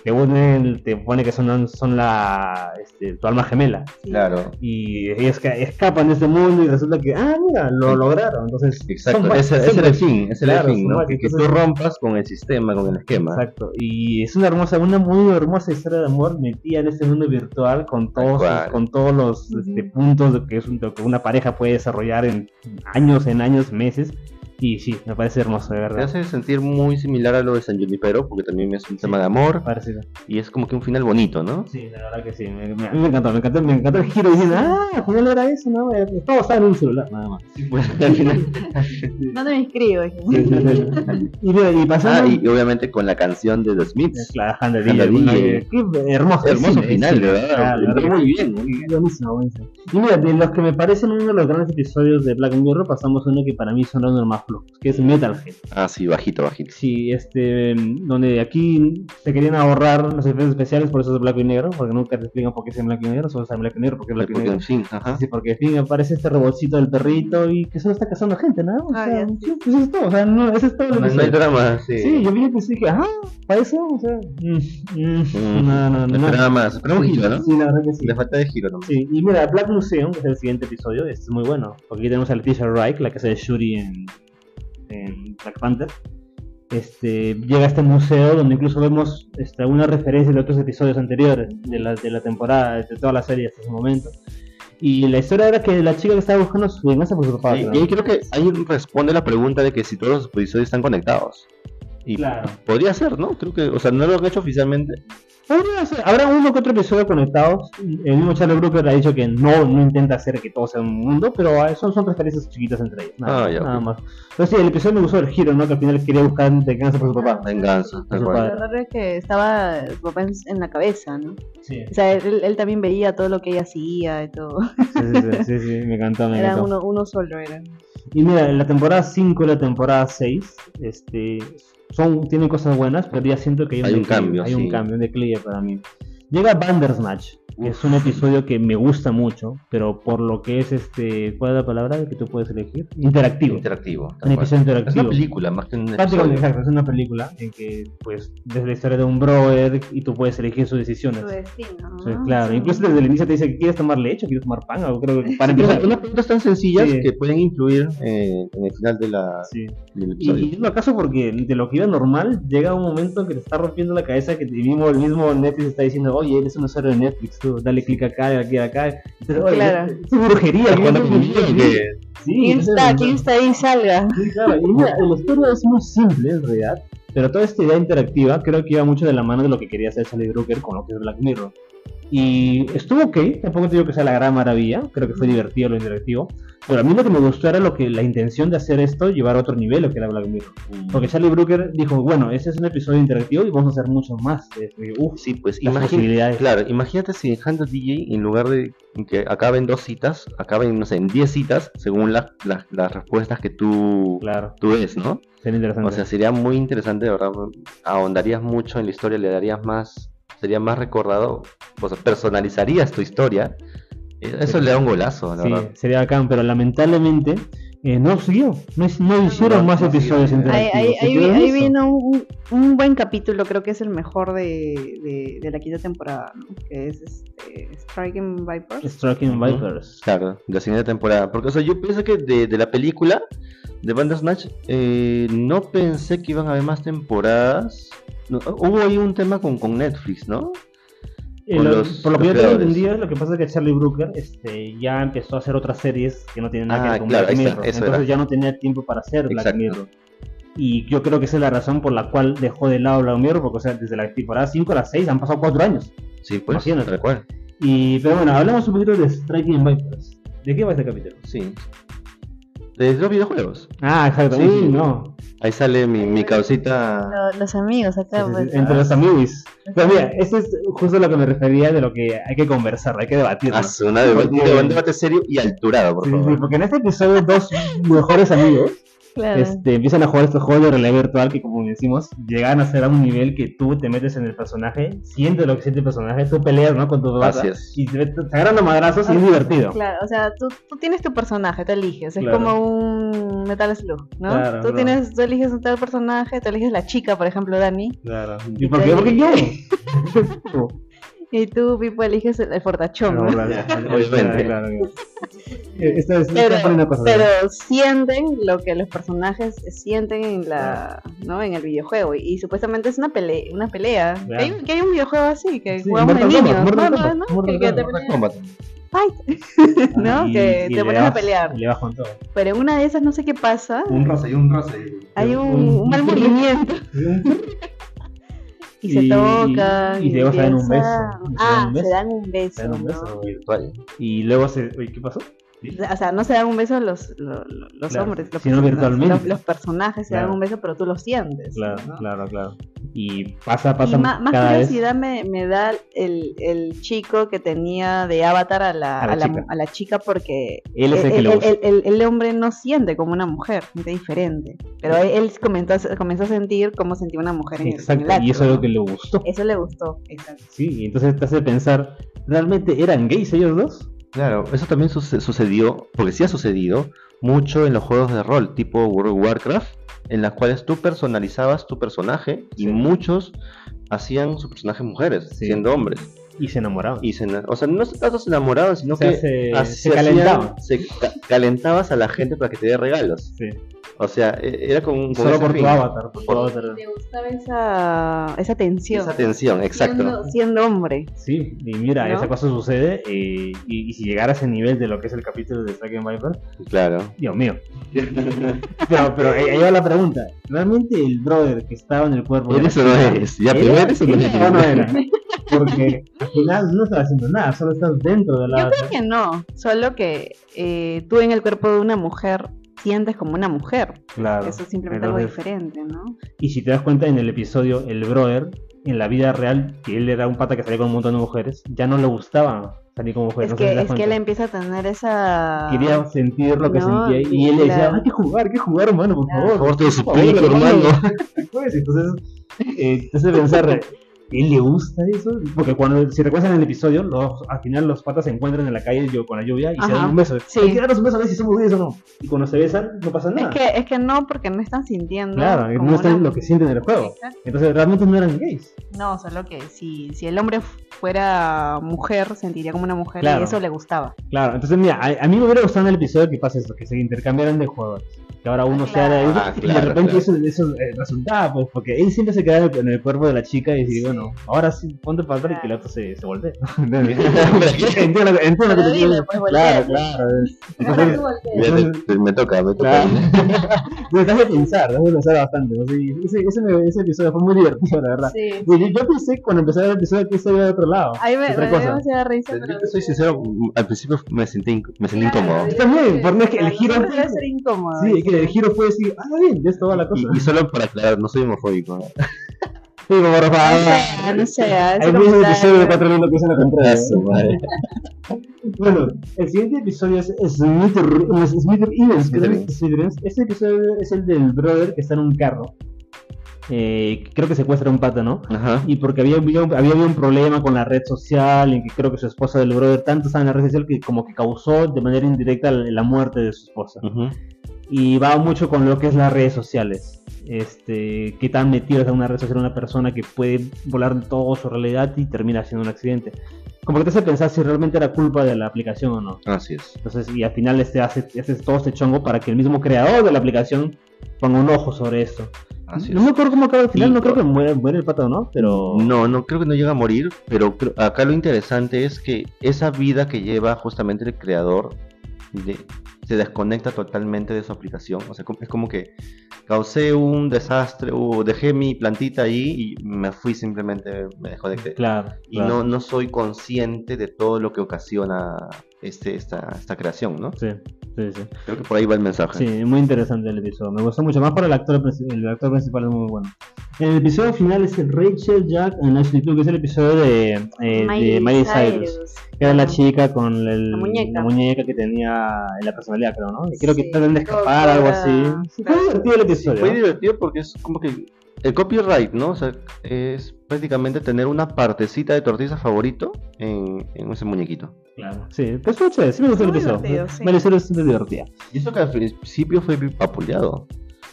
S4: te pone, te pone que son, son la, este, tu alma gemela.
S2: Claro.
S4: Y ellos ca- escapan de este mundo y resulta que, ah, mira, lo lograron. Entonces, son
S2: Exacto,
S4: buenos,
S2: ese,
S4: son
S2: ese era el
S4: buenos.
S2: fin, ese era
S4: Claro,
S2: el fin, ¿no?
S4: son
S2: Que, que tú
S4: buenos.
S2: rompas con el sistema, con el esquema.
S4: Exacto, y es una hermosa, una muy hermosa historia de amor metida en este mundo virtual con
S2: Tal
S4: todos,
S2: cual.
S4: sus- con todos los
S3: Ujú.
S4: este, puntos de que, es un- lo que una pareja puede desarrollar en años, en años, meses. Y sí, me parece hermoso, de
S2: Te
S4: verdad.
S2: hace sentir muy similar a lo de San Junipero, porque también es un tema de amor
S4: Me parece-
S2: y es como que un final bonito, ¿no?
S4: Sí, la verdad que sí, me, me- a mí me encantó, me encantó, me encantó el giro diciendo, ah, al final era eso, no, Eh, todo estaba en un celular, nada más.
S2: Al final-
S3: ¿Dónde me inscribo?
S4: Sí, sí, sí. y, mira, y
S2: Ah,
S4: pasando...
S2: y obviamente con la canción de The Smiths.
S4: La Handa
S2: Handa
S4: DJ, bueno,
S2: DJ.
S4: eh, qué hermoso,
S2: Hermoso
S4: sí,
S2: final,
S4: sí,
S2: de verdad.
S4: claro, la
S2: Entró
S4: verdad
S2: muy
S4: que-
S2: bien, muy bien.
S4: Buenísimo, buenísimo. Y mira, de los que me parecen uno de los grandes episodios de Black Mirror, pasamos a uno que para mí son uno de los más flojos, que es Metalhead.
S2: Ah, sí, bajito, bajito.
S4: Sí, este, donde aquí se querían ahorrar los efectos especiales, por eso es blanco y negro, porque nunca te explican por qué es en blanco y negro, solo es en blanco y negro porque es blanco y
S2: Porque,
S4: negro.
S2: en fin, ajá.
S4: Sí, porque en fin aparece este robotcito del perrito y que solo está cazando gente, nada más.
S3: Ah,
S4: o sea, pues
S3: ya, sí.
S4: Eso es todo, o sea, no, eso es todo lo
S2: No
S4: que
S2: hay- no hay
S4: sé.
S2: drama, sí.
S4: Sí, yo vi que sí que, ajá, para eso, o sea, mm, mm,
S2: Mm,
S4: no, no, no.
S2: Esperaba más, esperaba un giro, ¿no?
S4: Sí, la verdad que sí.
S2: Le falta de giro, ¿no?
S4: Sí, y mira, Black Museum, que es el siguiente episodio, este es muy bueno. Porque aquí tenemos a Leticia Wright, la que hace de Shuri en, en Black Panther. Este, llega a este museo donde incluso vemos este, algunas referencias de otros episodios anteriores de la, de la temporada, de toda la serie hasta ese momento. Y la historia era que la chica que estaba buscando su venganza por su papá.
S2: Y,
S4: ¿no?
S2: y ahí creo que ahí responde la pregunta de que si todos los episodios están conectados. Y
S4: Claro.
S2: podría ser, ¿no? Creo que, o sea, no lo han hecho oficialmente.
S4: Podría ser- Habrá uno que otro episodio conectados. El mismo Charlie Brooker ha dicho que no, no intenta hacer que todo sea un mundo, pero ah, son, son referencias chiquitas entre ellos. Nada,
S2: Ah, ya,
S4: nada
S2: ok.
S4: más. Pero sí, el episodio me gustó el giro, ¿no? Que al final quería buscar venganza por su papá.
S2: Venganza, tal cual.
S3: Lo raro es que estaba su papá en, en la cabeza, ¿no?
S4: Sí,
S3: O sea, él, él también veía todo lo que ella hacía y todo.
S4: sí, sí, sí, sí, sí, me encantó, me
S3: Era
S4: encantó.
S3: uno, uno solo, era.
S4: Y mira, la temporada 5 y la temporada 6, este, son, tienen cosas buenas, pero ya siento que hay un,
S2: Hay un
S4: declive,
S2: cambio,
S4: Hay un
S2: sí.
S4: cambio, un declive para mí. Llega Bandersnatch, Es un episodio que me gusta mucho, pero por lo que es este, ¿cuál es la palabra que tú puedes elegir? Interactivo.
S2: Interactivo. tal
S4: Un
S2: cual.
S4: episodio
S2: Es una
S4: interactivo.
S2: película más que un
S4: Prácticamente,
S2: episodio.
S4: exacto, es una película en que, pues, desde la historia de un brother y tú puedes elegir sus decisiones.
S3: Tu destino, ¿no?
S4: Sí, claro,
S3: Pues, ah, Sí.
S4: incluso desde el inicio te dice que quieres tomar leche o quieres tomar pan, o creo que para empezar.
S2: Unas preguntas tan sencillas
S4: Sí.
S2: que pueden influir eh, en el final de la,
S4: Sí.
S2: del
S4: Y,
S2: episodio.
S4: y es un acaso porque de lo que iba normal, llega un momento en que te está rompiendo la cabeza que el mismo, el mismo Netflix está diciendo, oye, eres un usuario de Netflix, tú, dale clic acá, dale clic acá. Pero, oye,
S3: Claro.
S4: Es una brujería,
S2: Está
S4: que
S2: jugando
S4: no
S2: con
S4: es
S2: niños
S4: brujería.
S2: que-
S4: Sí,
S3: ¿Quién
S4: entonces,
S3: está? ¿Quién está ahí? Salga.
S4: Sí, claro. Y mira, la historia es muy simple en realidad, pero toda esta idea interactiva creo que iba mucho de la mano de lo que quería hacer Charlie Brooker con lo que es Black Mirror. Y estuvo ok, tampoco te digo que sea la gran maravilla, creo que fue divertido lo interactivo, pero a mí lo que me gustó era lo que la intención de hacer esto llevar a otro nivel lo que era Black Mirror. Porque Charlie Brooker dijo, bueno, ese es un episodio interactivo y vamos a hacer muchos más. Este, Uf,
S2: Sí, pues
S4: las
S2: imagínate.
S4: posibilidades.
S2: Claro, imagínate si dejando DJ en lugar de que acaben dos citas, acaben, no sé, en 10 citas, según las las- las respuestas que tú,
S4: Claro,
S2: tú ves, ¿no?
S4: sería interesante.
S2: O sea, sería muy interesante, de verdad. Ahondarías mucho en la historia, le darías más, sería más recordado, o sea, personalizarías tu historia. Eh, Eso
S4: Sí.
S2: le da un golazo, la
S4: Sí,
S2: verdad.
S4: sería bacán, pero lamentablemente eh, no siguió, no, es- no hicieron
S2: no,
S4: más
S2: no
S4: episodios
S2: siguió.
S3: Ahí,
S4: interactivos.
S3: ahí-
S4: se
S3: ahí
S4: quedó
S3: vi-
S4: en
S3: ahí
S4: eso.
S3: vino un, un buen capítulo, creo que es el mejor de, de- de la quinta temporada, ¿no? que es este, Striking Vipers.
S4: Striking
S2: Ujú.
S4: Vipers.
S2: Claro, de la siguiente temporada. Porque, o sea, yo pienso que de, de la película de Bandersnatch, eh, no pensé que iban a haber más temporadas. No, hubo ahí un tema con, con Netflix, ¿no?
S4: Eh,
S2: Con
S4: lo-
S2: los-
S4: por lo que
S2: los
S4: yo tengo
S2: creadores.
S4: entendido, lo que pasa es que Charlie Brooker este, ya empezó a hacer otras series que no tienen nada que
S2: Ah,
S4: ver con
S2: claro,
S4: Black
S2: ahí está,
S4: Mirror.
S2: eso
S4: Entonces
S2: era.
S4: ya no tenía tiempo para hacer Black
S2: Exacto.
S4: Mirror. Y yo creo que esa es la razón por la cual dejó de lado Black Mirror, porque o sea, desde la temporada 5 a la 6 han pasado 4 años.
S2: Sí, pues,
S4: Imagínate.
S2: tal cual.
S4: Y, pero bueno, hablamos un poquito de Striking Vipers. ¿De qué va este capítulo?
S2: Sí. Desde los videojuegos.
S4: Ah, exacto.
S2: Sí.
S4: Uy, no.
S2: Ahí sale mi, mi causita.
S3: Lo- los amigos
S4: Sí,
S3: acá.
S4: sí, sí,
S3: pues,
S4: entre los amigos. Pero mira, eso es justo lo que me refería de lo que hay que conversar, hay que debatir.
S2: Ah, su- una de,
S4: Porque-
S2: de- un debate serio y alturado, por
S4: Sí, sí,
S2: favor.
S4: sí, porque en este episodio dos mejores amigos
S3: claro.
S4: este, empiezan a jugar estos juegos de realidad virtual que como decimos, llegan a ser a un nivel que tú te metes en el personaje, sientes lo que siente el personaje, tú peleas ¿no? con tu bata
S2: Así es.
S4: y te, te agarran a madrazos y es divertido.
S3: Claro, o sea, tú, tú tienes tu personaje, te eliges. Es
S4: Claro.
S3: como un Metal Slug, ¿no?
S4: Claro,
S3: tú,
S4: claro.
S3: tienes, tú eliges un tal personaje, tú eliges la chica, por ejemplo, Dani.
S4: ¿Y por qué? Porque yo.
S3: Y tú, Pipo, eliges el, el fortachón, ¿no?
S2: Obviamente.
S4: Claro, claro. Esto es
S3: Pero,
S4: está poniendo cosas.
S3: pero sienten lo que los personajes sienten en la ¿no? en el videojuego y, y supuestamente es una pelea una pelea
S4: Ya.
S3: que, hay, que hay un videojuego así que
S4: Sí,
S3: jugamos de
S4: Mortal Kombat,
S3: niños no,
S4: Mortal
S3: no,
S4: Kombat,
S3: no,
S4: Mortal
S3: que, que te
S4: Kombat.
S3: ponen
S2: Kombat.
S3: fight
S4: Ah,
S3: no
S4: y-
S3: que
S4: y
S3: te
S4: le
S3: pones a
S4: das-
S3: pelear
S4: Le bajan todo.
S3: pero en una de esas no sé qué pasa
S2: Un rosa y un rosa.
S3: hay un,
S4: un-
S3: un mal movimiento y,
S4: Y-
S3: se toca
S4: y luego se dan un beso, se dan
S3: ah
S4: un
S3: se
S4: beso.
S3: dan un beso,
S4: Era un
S3: ¿no?
S4: beso virtual. Y luego se. Oye, ¿qué pasó?
S3: O sea, no se dan un beso los, lo- lo- los
S4: Claro,
S3: hombres, los,
S4: sino
S3: personajes,
S4: virtualmente.
S3: los- los personajes se
S4: Claro.
S3: dan un beso, pero tú lo sientes.
S4: Claro,
S3: ¿no?
S4: claro, claro. Y pasa,
S3: Y
S4: pasa.
S3: ma- más
S4: cada vez.
S3: curiosidad me, me da el, el chico que tenía de avatar a la,
S4: A la
S3: a la-
S4: chica.
S3: a la chica porque e-,
S4: Él es el que le gusta.
S3: el- el- el hombre no siente como una mujer, siente diferente. Pero él, él comenzó, a- comenzó a sentir como sentía una mujer en el- en el
S4: Exacto,
S3: acto,
S4: y eso es
S3: ¿no?
S4: lo que le gustó.
S3: Eso le gustó, exacto.
S4: Sí, y entonces te hace pensar, ¿realmente eran gays ellos dos?
S2: Claro, eso también suce- sucedió, porque sí ha sucedido mucho en los juegos de rol, tipo World of Warcraft, en las cuales tú personalizabas tu personaje y
S4: Sí.
S2: muchos hacían su personaje mujeres,
S4: Sí.
S2: siendo hombres.
S4: Y se enamoraban.
S2: Y se, ena- o sea, no se tanto se enamoraban, sino
S4: O sea,
S2: que
S4: Eh, se-
S2: así
S4: se
S2: hacían-
S4: calentaban.
S2: Ah, se ca- calentabas a la gente para que te dé regalos.
S4: Sí.
S2: O sea, e- era con, con
S4: Solo
S2: ese
S4: por tu
S2: fin,
S4: avatar, por tu
S2: Por-
S4: avatar.
S3: Le gustaba esa, esa tensión.
S2: esa tensión, exacto.
S3: Siendo, siendo hombre.
S4: Sí, y mira,
S3: ¿No?
S4: esa cosa sucede, eh, y, y si llegara a ese nivel de lo que es el capítulo de Dragon Viper,
S2: Claro.
S4: Dios mío. Pero, pero eh, ahí ahí va la pregunta, ¿realmente el brother que estaba en el cuerpo... de la
S2: Eres o no
S4: chica
S2: eres. Ya,
S4: ¿Era?
S2: primero eso no
S4: ¿Era o no
S2: eres.
S4: era? Porque al final no estás haciendo nada, solo estás dentro de la...
S3: Yo creo que no, solo que eh, tú en el cuerpo de una mujer sientes como una mujer.
S4: Claro.
S3: Eso es simplemente algo
S4: Entonces,
S3: diferente, ¿no?
S4: Y si te das cuenta en el episodio, el brother, en la vida real, que él era un pata que salía con un montón de mujeres, ya no le gustaba salir con mujeres. no
S3: es
S4: sé si
S3: que,
S4: te das
S3: es que él
S4: cuenta.
S3: empieza a tener esa...
S4: Quería sentir lo que
S3: No,
S4: sentía y
S3: sí,
S4: él le decía,
S3: claro.
S4: hay que jugar, hay que jugar, hermano, por
S3: Claro.
S4: favor.
S2: Por favor, te
S4: por
S2: lo
S4: favor,
S2: suplico, hermano.
S4: Pues, entonces, eh, te hace pensar, él le gusta eso. Porque cuando, si recuerdas en el episodio, los, al final los patas se encuentran en la calle yo, con la lluvia y se
S3: Ajá.
S4: dan un beso.
S3: Sí.
S4: Hay que darnos un beso a ver si somos gays o no. Y cuando se besan, no pasa
S3: Es
S4: nada.
S3: que, es que no, porque no están sintiendo.
S4: Claro,
S3: como
S4: no están
S3: una-
S4: lo que sienten en el juego.
S3: Exacto.
S4: Entonces realmente no eran gays.
S3: No, solo que si, si el hombre fuera mujer, sentiría como una mujer
S4: Claro.
S3: y eso le gustaba.
S4: Claro, entonces mira, a, a mí me hubiera gustado en el episodio que pasa eso, que se intercambiaran de jugadores. Que ahora uno sea
S3: claro.
S4: de
S2: Ah,
S4: y de
S2: claro,
S4: repente
S2: claro.
S4: eso, eso, eh, resultaba, pues, porque él siempre se queda en el cuerpo de la chica y dice,
S3: Sí.
S4: bueno, ahora sí, ponte para atrás y que el otro se, se voltee. entiendo lo que entiendo lo que
S3: Pero
S4: te
S3: dile,
S4: quiero-
S3: pues,
S4: Claro,
S3: voltea.
S4: claro.
S3: Ahora tú
S4: Entonces,
S3: volteas.
S2: Ya te- te- me toca, me toca.
S4: Claro. Te das de pensar, te das de pensar bastante. ¿no? Sí, ese, ese, me- ese episodio fue muy divertido, la verdad.
S3: Sí.
S4: Yo, yo pensé cuando empecé el episodio que se iba de otro lado.
S3: Ahí me,
S4: otra
S3: me dio
S4: cosa.
S3: demasiada risa.
S2: Yo
S3: pero-
S2: te soy sincero, al principio me sentí, inc- me sentí
S3: Claro,
S2: incómodo.
S3: yo
S4: También,
S3: creo que-
S4: por no es que el giro-
S3: no debe ser incómodo.
S4: Sí, que el giro fue así, ah, bien, ya es toda la cosa.
S2: Y, y solo para aclarar, no soy homofóbico.
S4: Sí, como por
S3: No
S4: favor.
S3: sé, no sé. a ese
S4: ah, Hay muchos episodios de
S3: comentario-
S4: cuatro minutos que dicen lo ¿eh?
S2: Ah,
S4: contrario.
S2: su madre.
S4: Bueno, el siguiente episodio es Smither no, es Smither Evans, creo que
S2: Smither.
S4: es Smither Evans. Este episodio es el del brother que está en un carro. Eh, creo que secuestra a un pata, ¿no?
S2: Ajá.
S4: Y porque había, había, había habido un problema con la red social, en que creo que su esposa del brother tanto estaba en la red social que como que causó de manera indirecta la, la muerte de su esposa.
S2: Ujú.
S4: Y va mucho con lo que es las redes sociales. Este, qué tan metido está en una red social una persona que puede volar de todo su realidad y termina haciendo un accidente. Como que te hace pensar si realmente era culpa de la aplicación o no.
S2: Así es.
S4: Entonces, y al final este hace, hace todo este chongo para que el mismo creador de la aplicación ponga un ojo sobre esto.
S2: Así es.
S4: no me acuerdo cómo acaba al final,
S2: Y-
S4: no creo que muere, muere el pato, ¿no? Pero...
S2: No, no creo que no llega a morir, pero creo- acá lo interesante es que esa vida que lleva justamente el creador de- se desconecta totalmente de su aplicación. O sea, co- es como que causé un desastre o dejé mi plantita ahí y me fui simplemente, me desconecté.
S4: Claro.
S1: Mm,
S2: Y
S4: claro.
S2: no, no soy consciente de todo lo que ocasiona este, esta, esta creación, ¿no?
S4: Sí, sí, sí.
S2: Creo que por ahí va el mensaje.
S4: Ah. Sí, muy interesante el episodio. Me gustó mucho más para el actor, princi- el actor principal, es muy bueno. El episodio final es Rachel Jack en Ashley Club, que es el episodio de, eh, de Miley Cyrus, que era la chica con el-
S3: La muñeca.
S4: muñeca que tenía en la personalidad, creo, ¿no? Y creo que
S3: Sí,
S4: tratan de
S3: creo que
S4: escapar, algo
S3: era-
S4: así. Sí, Fue
S3: claro.
S4: divertido el episodio.
S2: Fue
S4: ¿no?
S2: divertido porque es como que el copyright, ¿no? O sea, es prácticamente tener una partecita de tu artista favorito en, en ese muñequito.
S4: Claro. Sí, pues fue chévere, sí me gustó el
S3: Muy
S4: episodio.
S3: divertido, sí.
S4: Miley Cyrus es siempre divertida.
S2: Y eso que al principio fue apoyado.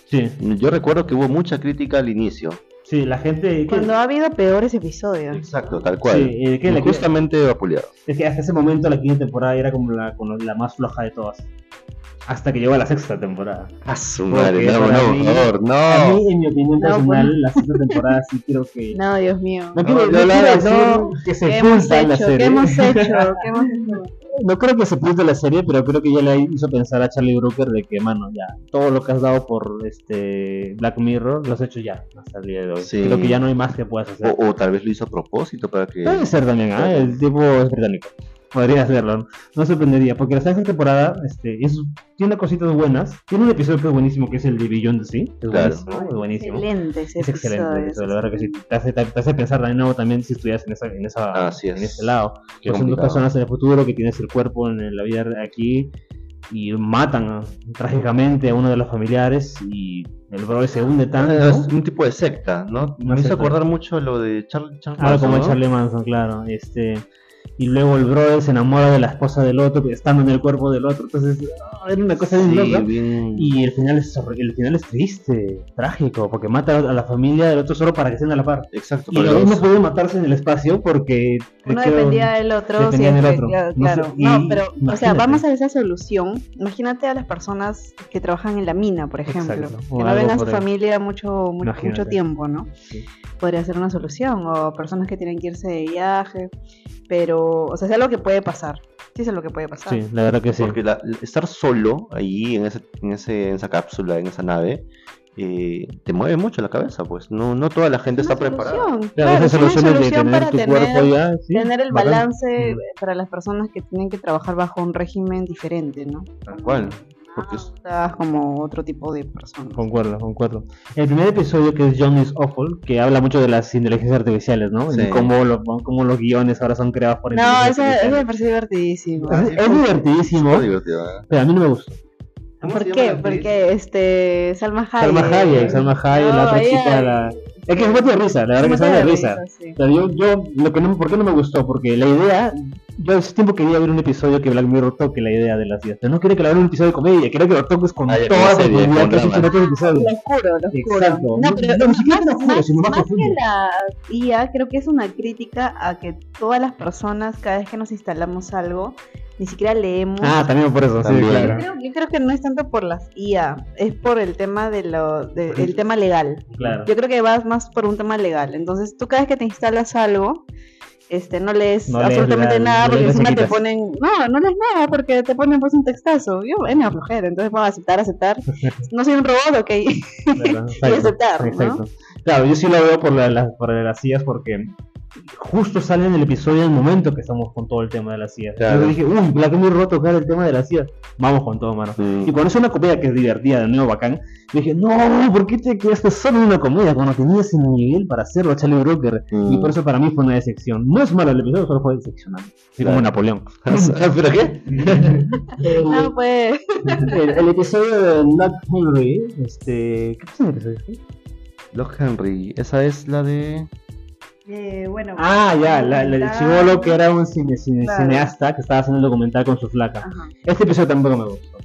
S4: Sí,
S2: Yo recuerdo que hubo mucha crítica al inicio.
S4: sí, la gente...
S3: Cuando ha habido peores episodios.
S2: Exacto, tal cual.
S4: Sí, eh, que la-
S2: Justamente vapuleado.
S4: Es que hasta ese momento la quinta temporada era como la, como la más floja de todas. Hasta que llegó a la sexta temporada.
S2: A su
S4: Ah, Porque
S2: madre, no,
S4: para
S2: no,
S4: mí-
S2: por favor,
S4: A
S2: no.
S4: mí, en mi opinión
S3: No,
S4: personal,
S3: pues.
S4: la sexta temporada sí creo que...
S3: No, Dios mío.
S4: No quiero,
S2: No,
S4: no
S2: yo la
S4: quiero
S2: decir
S4: decir que
S3: ¿Qué
S4: se
S3: hemos
S4: culpa la
S3: hecho?
S4: serie.
S3: ¿Qué hemos hecho? ¿Qué hemos hecho?
S4: No creo que se culpe la serie, pero creo que ya le hizo pensar a Charlie Brooker de que, mano, ya, todo lo que has dado por este Black Mirror lo has hecho ya hasta el día de hoy.
S2: Sí.
S4: Creo que ya no hay más que puedas hacer.
S2: O, o tal vez lo hizo a propósito para que.
S4: Puede ser también, ¿ah? el tipo es británico. Podría hacerlo, ¿no? no sorprendería, porque la sexta temporada este, es, tiene cosas buenas. Tiene un episodio que es buenísimo, que es el de Beyond the Sea. que Es buenísimo,
S2: Claro.
S4: es buenísimo.
S3: Excelente ese
S4: Es excelente, el
S3: episodio,
S4: episodio,
S3: ese
S4: la verdad que sí. Te hace, te hace pensar de nuevo también si estudias en, esa, en, esa,
S2: Así es.
S4: en ese lado.
S2: Qué
S4: Pues son dos
S2: complicado.
S4: personas en el futuro que tienes el cuerpo en la vida de aquí y matan ah, trágicamente a uno de los familiares y el brother se hunde tanto.
S2: Ah, es un tipo de secta, ¿no?
S4: Una
S2: Me hizo
S4: secta.
S2: acordar mucho lo de Charles Charles
S4: Ah,
S2: Manson,
S4: como
S2: ¿no?
S4: Charlie Manson, claro. Este, y luego el brother se enamora de la esposa del otro, que estando en el cuerpo del otro. Entonces, ah, era una cosa bien
S2: Sí,
S4: loca.
S2: bien.
S4: Y el final, es, horri- el final es triste, trágico, porque mata a la familia del otro solo para que estén a la par.
S2: Exacto,
S4: Y
S2: pero
S4: los dos
S2: los-
S4: no pueden matarse en el espacio porque...
S3: Uno
S4: creo-
S3: dependía del otro,
S4: dependía
S3: siempre,
S4: del otro.
S3: claro.
S4: No sé,
S3: claro.
S4: y
S3: No, pero, o sea,
S4: imagínate.
S3: vamos a esa solución. Imagínate a las personas que trabajan en la mina, por ejemplo,
S4: Exacto, o
S3: que no
S4: algo
S3: ven a su
S4: por ahí.
S3: familia mucho, mucho,
S4: Imagínate.
S3: mucho tiempo, ¿no?
S4: Sí.
S3: Podría ser una solución, o personas que tienen que irse de viaje, pero, o sea, es algo que puede pasar. Sí, es algo que puede pasar.
S4: Sí, la verdad que sí.
S2: Porque la- estar solo ahí en, ese, en, ese, en esa cápsula, en esa nave, eh, te mueve mucho la cabeza, pues. No, no toda la gente está preparada.
S3: Claro,
S4: Claro,
S3: es
S4: esa
S3: una
S4: solución de
S3: solución
S4: tener
S3: para
S4: tu
S3: tener,
S4: cuerpo ya, sí,
S3: tener el
S4: bacán.
S3: balance
S4: Mm.
S3: para las personas que tienen que trabajar bajo un régimen diferente, ¿no?
S2: Tal cual. Porque es-
S3: Ah, como otro tipo de personas.
S4: Concuerdo, concuerdo. El primer episodio que es John is Awful, que habla mucho de las inteligencias artificiales, ¿no?
S2: Sí.
S4: Y cómo, lo- cómo los guiones ahora son creados por
S3: No, eso,
S4: inteligencias
S3: eso me
S4: artificiales.
S3: parece divertidísimo.
S4: Es-
S2: Ah,
S4: es, divertidísimo,
S2: es divertido, ¿eh?
S4: pero a mí no me gustó.
S2: ¿Cómo se
S3: ¿Por
S2: llama la
S3: qué?
S2: actriz?
S3: Porque este Salma Hayek.
S4: Salma Hayek, Salma Hayek, la
S3: No,
S4: otra
S3: ella-
S4: chica, la, Es que es un bote de risa, la verdad que es
S3: Un
S4: un
S3: bote
S4: bote de risa.
S3: sí.
S4: O sea, yo, yo, lo que no, ¿por qué no me gustó? Porque la idea, yo hace tiempo quería ver un episodio que Black Mirror toque la idea de las ideas, pero no quería que la haga un episodio de comedia, quería que lo toques con
S2: Ah, ya,
S4: toda
S2: con
S4: la
S2: serie,
S4: profundidad
S2: con
S4: que has hecho en
S2: drama.
S4: otros episodios.
S3: Lo oscuro, lo oscuro.
S4: Exacto.
S3: No, pero
S4: No, ni siquiera
S3: más,
S4: lo oscuro,
S3: más-
S4: sino más
S3: más
S4: profundo.
S3: que la IA, creo que es una crítica a que todas las personas, cada vez que nos instalamos algo, ni siquiera leemos.
S4: Ah, también por eso,
S2: También.
S4: sí,
S3: yo,
S4: claro.
S3: creo, yo creo que no es tanto por las IA, es por el tema de lo, de- el tema legal.
S4: claro.
S3: Yo creo que vas más por un tema legal. Entonces, tú cada vez que te instalas algo, este, no lees
S4: No lees
S3: absolutamente
S4: la-
S3: nada
S4: no
S3: porque
S4: lees las
S3: encima te
S4: hojitas.
S3: ponen, no, no lees nada porque te ponen pues un textazo. Yo, bueno, flojera, entonces puedo aceptar, aceptar. No soy un robot, ok.
S4: Claro, exacto,
S3: aceptar, ¿no?
S4: exacto. Claro, yo sí lo veo por, la- las- por las sillas porque justo sale en el episodio el momento que estamos con todo el tema de las sillas.
S2: Claro.
S4: Yo dije, uy, Black Mirror va a tocar el tema de las sillas. Vamos con todo, mano.
S2: Mm.
S4: Y cuando es una comedia que es divertida, de nuevo bacán, dije, no, ¿por qué te quedaste solo en una comedia cuando tenías el nivel para hacerlo, Charlie Broker?
S2: Mm.
S4: Y por eso para mí fue una decepción. No es malo el episodio, solo fue decepcionante. Así como
S2: Claro.
S4: Napoleón.
S2: ¿Pero qué?
S4: El,
S3: No, pues.
S4: el- el episodio de Black Henry, este. ¿Qué pasa en el episodio?
S2: Log Henry, esa es la de.
S3: eh, bueno.
S4: Ah, ya, la, la del
S3: documental.
S4: chivolo que era un cine- cine-
S3: Claro.
S4: cineasta que estaba haciendo el documental con su flaca.
S3: Ajá.
S4: Este episodio tampoco me gustó.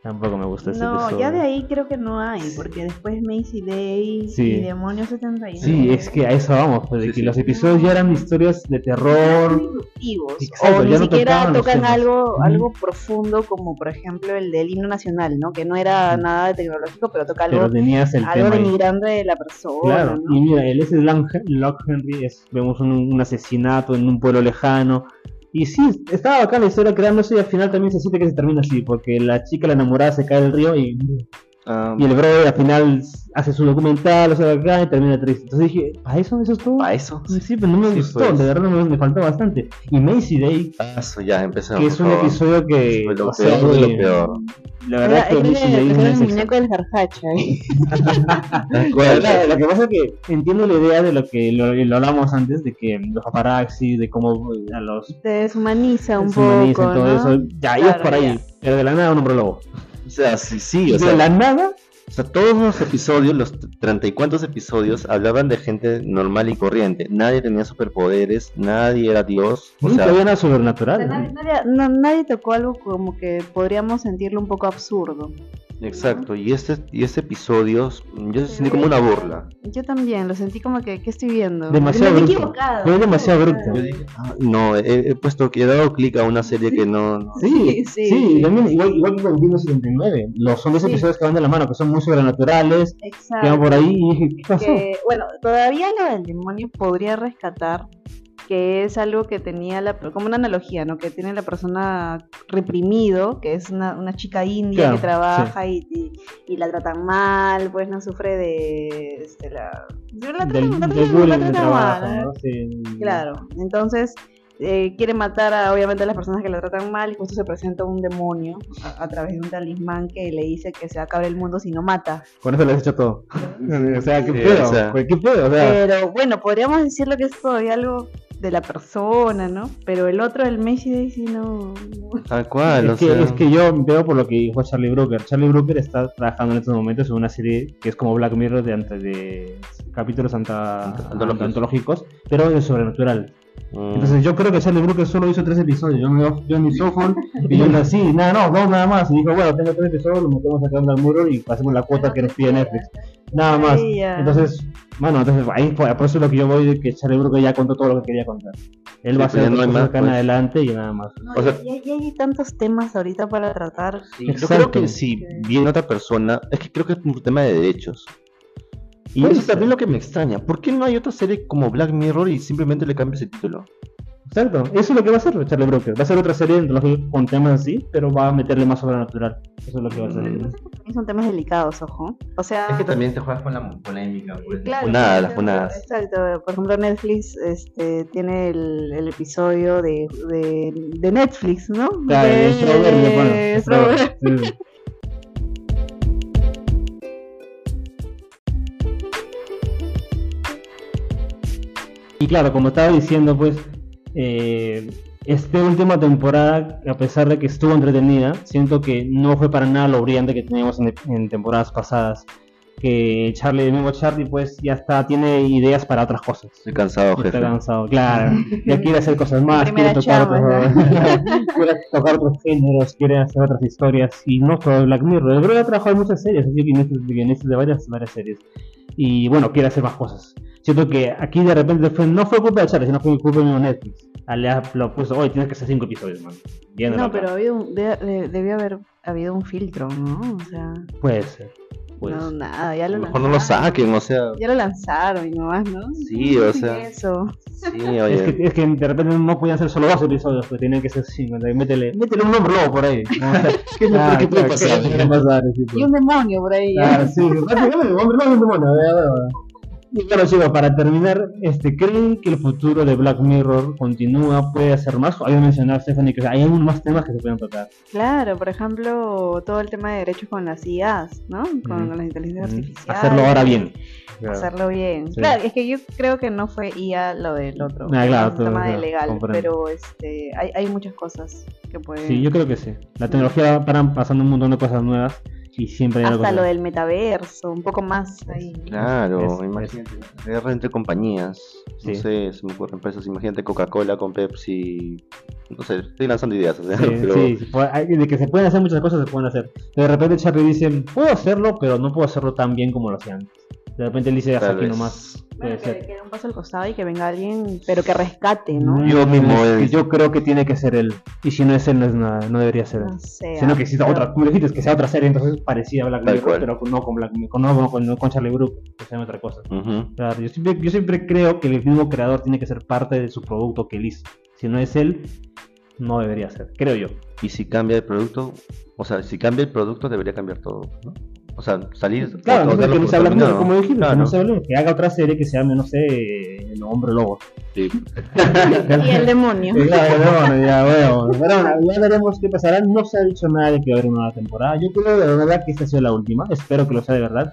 S4: Tampoco me gustó este
S3: No,
S4: episodio.
S3: ya de ahí creo que no hay, porque después Macy Day
S4: Sí.
S3: y Demonio 71.
S4: Sí, es que a eso vamos, pues, de
S2: Sí,
S4: que
S2: sí.
S4: los episodios ya eran historias de
S3: son
S4: terror.
S3: disruptivos,
S4: Exacto,
S3: o ni
S4: ya no
S3: siquiera
S4: tocaban los
S3: tocan
S4: temas.
S3: algo
S4: Ujú.
S3: algo profundo como por ejemplo el del himno nacional, ¿no? Que no era
S4: Ujú.
S3: nada de tecnológico, pero toca
S4: Pero
S3: algo
S4: tenías el
S3: algo
S4: tema ahí.
S3: denigrante de la persona,
S4: Claro,
S3: ¿no?
S4: y mira, él es el Lang- Lock Henry, es, vemos un, un asesinato en un pueblo lejano. Y sí, estaba acá la historia creándose y al final también se siente que se termina así, porque la chica, la enamorada, se cae del río y
S2: Ah,
S4: Y el brother al final hace su documental, lo saca acá y termina triste. Entonces dije, ¿para eso? ¿Eso es todo?
S2: ¿Para eso?
S4: Sí, sí, pero no me
S2: Sí,
S4: gustó,
S2: pues.
S4: de verdad me, me faltó bastante. Y Macy Day,
S2: Ah, eso ya, empezamos.
S4: que es un episodio que.
S2: Fue lo
S4: o sea,
S2: peor de
S4: que-
S2: lo peor.
S4: La verdad que
S3: Era- creo
S4: Macy Day
S3: creo
S4: es una
S3: que era el
S4: excepción.
S3: muñeco del jarjacha. ¿eh?
S2: Tal cual.
S4: Claro, lo que pasa es que entiendo la idea de lo que lo, lo hablamos antes, de que los paparazzi, de cómo eh, a los
S3: Te deshumaniza un
S4: humanos y
S3: poco,
S4: todo
S3: ¿no?
S4: eso, ya ellos
S3: Claro,
S4: por ahí, pero de la nada un hombre lobo.
S2: O sea, sí, sí, o
S4: de
S2: sea,
S4: la nada,
S2: o sea, todos los episodios, los treinta y cuantos episodios, hablaban de gente normal y corriente. Nadie tenía superpoderes, nadie era Dios. O
S4: nunca
S2: sea,
S4: había nada
S3: O sea,
S4: sobrenatural.
S3: nadie, nadie- no- nadie tocó algo como que podríamos sentirlo un poco absurdo.
S2: exacto. Y este, y este episodio, yo se sentí como una burla.
S3: Yo también, lo sentí como que, ¿qué estoy viendo?
S4: Demasiado
S3: Me he
S4: bruto.
S3: equivocado,
S4: Fue
S3: me he
S4: demasiado
S3: equivocado.
S4: bruto.
S2: Yo dije, ah, no, he, he puesto que he dado clic a una serie que no. no-
S4: Sí,
S3: Sí,
S4: sí,
S3: sí,
S4: y
S3: sí.
S4: también igual, igual que con el 79, los, son dos
S3: Sí.
S4: episodios que van de la mano, que son muy sobrenaturales,
S3: Exacto.
S4: que van por ahí y dije, ¿qué pasó?
S3: que, bueno, todavía lo del demonio podría rescatar, que es algo que tenía la, como una analogía, ¿no? Que tiene la persona reprimido, que es una, una chica india
S4: Claro,
S3: que trabaja y, y- y la tratan mal, pues no sufre de, este, la, la tratan-
S4: Del,
S3: la tratan-
S4: del
S3: la
S4: bullying de
S3: tratan
S4: trabajo,
S3: mal,
S4: ¿no? Sí.
S3: ¿eh? Claro, entonces eh, quiere matar a, obviamente a las personas que la tratan mal y justo se presenta un demonio a, a través de un talismán que le dice que se va a acabar el mundo si no mata.
S4: Con eso lo has hecho todo. o sea, qué
S2: Sí,
S4: pedo,
S2: o sea.
S4: pues, qué pedo, o sea,
S3: Pero bueno, podríamos decirlo que es todavía algo de la persona, ¿no? Pero el otro, el Messi, de ahí sí no... no.
S2: Tal cual, o
S4: es, que,
S2: sea.
S4: es que yo veo por lo que dijo Charlie Brooker. Charlie Brooker está trabajando en estos momentos en una serie que es como Black Mirror de antes de capítulos anta-
S2: Antológicos.
S4: antológicos, pero de sobrenatural.
S2: mm,
S4: Entonces yo creo que Charlie Brooker solo hizo tres episodios. Yo me yo en mi sofón y yo nací, nada, no, dos nada más. Y dijo, bueno, tengo tres episodios, lo metemos acá en el muro y pasemos la cuota que nos pide Netflix. Nada más.
S3: Ay, ya.
S4: Entonces, bueno, entonces ahí fue- por eso es lo que yo voy de que Charlie Brooker ya contó todo lo que quería contar. Él
S2: Sí,
S4: va a
S2: pues ya
S4: hacer
S2: no hay
S4: cosas
S2: más,
S4: acá en
S2: pues.
S4: adelante y nada más.
S3: No,
S2: o sea-
S3: y, y hay tantos temas ahorita para tratar.
S2: sí, yo creo
S4: exacto.
S2: que si viene otra persona, es que creo que es un tema de derechos.
S4: Y
S2: Y eso
S4: es-
S2: también lo que me extraña. ¿Por qué no hay otra serie como Black Mirror y simplemente le cambias el título?
S4: Exacto, eso es lo que va a hacer Charlie Brooker. Va a hacer otra serie en los que- con temas así, pero va a meterle más sobrenatural. Eso es lo que va a
S2: mm.
S4: hacer.
S3: Mm. También Son temas delicados, ojo. O sea...
S2: te juegas con la polémica.
S3: Claro,
S2: Funadas, las
S3: exacto,
S2: funadas.
S3: Exacto, por ejemplo Netflix este, tiene el, el episodio de, de, de Netflix, ¿no?
S4: Claro,
S3: de,
S4: el Schroeder le pone,
S3: de
S4: Schroeder,
S3: Schroeder.
S4: sí. Y claro, como estaba diciendo, pues, eh, esta última temporada, a pesar de que estuvo entretenida, siento que no fue para nada lo brillante que teníamos en, en temporadas pasadas. que Charlie, el mismo Charlie, pues ya está, tiene ideas para otras cosas.
S2: Estoy cansado,
S4: Ya Está
S2: jefe.
S4: cansado, claro. Ya quiere hacer cosas más, quiere
S3: Primera
S4: tocar,
S3: chamba,
S4: otros, quiere tocar otros géneros, quiere hacer otras historias. Y no solo Black Mirror, el brother ha trabajado en muchas series, ha sido guionista, guionista de varias, varias series. Y bueno, quiere hacer más cosas. Siento que aquí de repente fue, no fue culpa de Charlie, sino fue culpa de mismo Netflix. Ah, Le ha lo ha puesto, oye, tienes que hacer cinco episodios, man. Viéndolo
S3: No,
S4: acá.
S3: pero había un- de- de- debió haber habido un filtro, ¿no? O sea,
S4: Puede ser. Puede
S3: no,
S4: ser.
S3: nada, ya
S2: Pues, A
S3: lo
S2: lo mejor no lo
S3: lanzaron.
S2: saquen, o sea.
S3: Ya lo lanzaron y nomás, ¿no?
S2: Sí, o
S3: Sí,
S2: sea.
S3: Eso.
S2: Sí,
S4: Es
S2: oye.
S4: que, es que de repente no podían ser solo dos episodios, que tenían que ser cinco. Entonces, métele, métele un hombre lobo por ahí. ¿no?
S2: Ah, ¿Qué es lo peor
S1: Ah,
S4: Claro,
S2: que puede
S4: claro,
S2: pasar?
S4: ¿qué puede pasar? Sí, pues.
S3: Y un demonio por ahí. ¿eh?
S4: Claro, sí, básicamente, hombre, no es demonio, de verdad. Y claro, chicos, para terminar, este, ¿creen que el futuro de Black Mirror continúa? ¿Puede hacer más? Había mencionado Stephanie que hay aún más temas que se pueden tocar.
S3: Claro, por ejemplo, todo el tema de derechos con las IAs, ¿no? Con
S4: Mm.
S3: las inteligencias artificiales.
S4: Hacerlo ahora bien.
S3: Hacerlo bien.
S4: Sí.
S3: Claro, es que yo creo que no fue IA lo del otro.
S4: Ah, claro,
S3: el
S4: todo,
S3: tema de
S4: claro,
S3: legal,
S4: comprendo.
S3: pero este, hay, hay muchas cosas que pueden.
S4: Sí, yo creo que sí. La tecnología para pasando un montón de cosas nuevas y siempre hay algo
S3: Hasta lo
S4: nuevo.
S3: del metaverso, un poco más ahí.
S4: Es-
S2: Claro,
S4: es-
S2: imagínate. Guerra entre compañías.
S4: Sí.
S2: No sé, se me ocurren empresas. Imagínate Coca-Cola con Pepsi. No sé, estoy lanzando ideas. o sea,
S4: Sí,
S2: pero-
S4: sí, sí, puede- hay- de que se pueden hacer muchas cosas, se pueden hacer. De repente Charlie dice, puedo hacerlo, pero no puedo hacerlo tan bien como lo hacía antes. De repente él dice, hasta
S2: Tal
S4: aquí
S2: vez.
S4: nomás. Puede
S3: Bueno,
S4: ser.
S3: que, que dé un paso al costado y que venga alguien, pero que rescate, ¿no?
S2: Yo mismo
S4: es que
S2: es-
S4: yo creo que tiene que ser él. Y si no es él, no es nada, no debería ser él.
S3: No sé.
S4: Sino
S3: ah,
S4: que exista
S3: pero-
S4: otra, como dijiste, que sea otra serie, entonces parecida a Black
S2: Tal
S4: Mirror,
S2: cual.
S4: pero no con Black Mirror, no, no con, no con Charlie Brook, que sea otra cosa.
S2: Ujú.
S4: Claro, yo siempre, yo siempre creo que el mismo creador tiene que ser parte de su producto que él hizo. Si no es él, no debería ser, creo yo.
S2: Y si cambia el producto, o sea, si cambia el producto, debería cambiar todo. ¿no? O sea, salir. o-
S4: Claro,
S2: o
S4: entonces
S2: darlo
S4: que no
S2: por
S4: se habla
S2: terminado.
S4: como dijimos, que
S2: Claro.
S4: no se habla, que haga otra serie que se llame, no sé, el hombre lobo.
S2: Sí.
S3: Y el
S4: Eh,
S3: demonio.
S4: Claro, bueno, ya, bueno, bueno, ya veremos qué pasará. No se ha dicho nada de que va a haber una nueva temporada. Yo creo de verdad que esta ha sido la última. Espero que lo sea de verdad.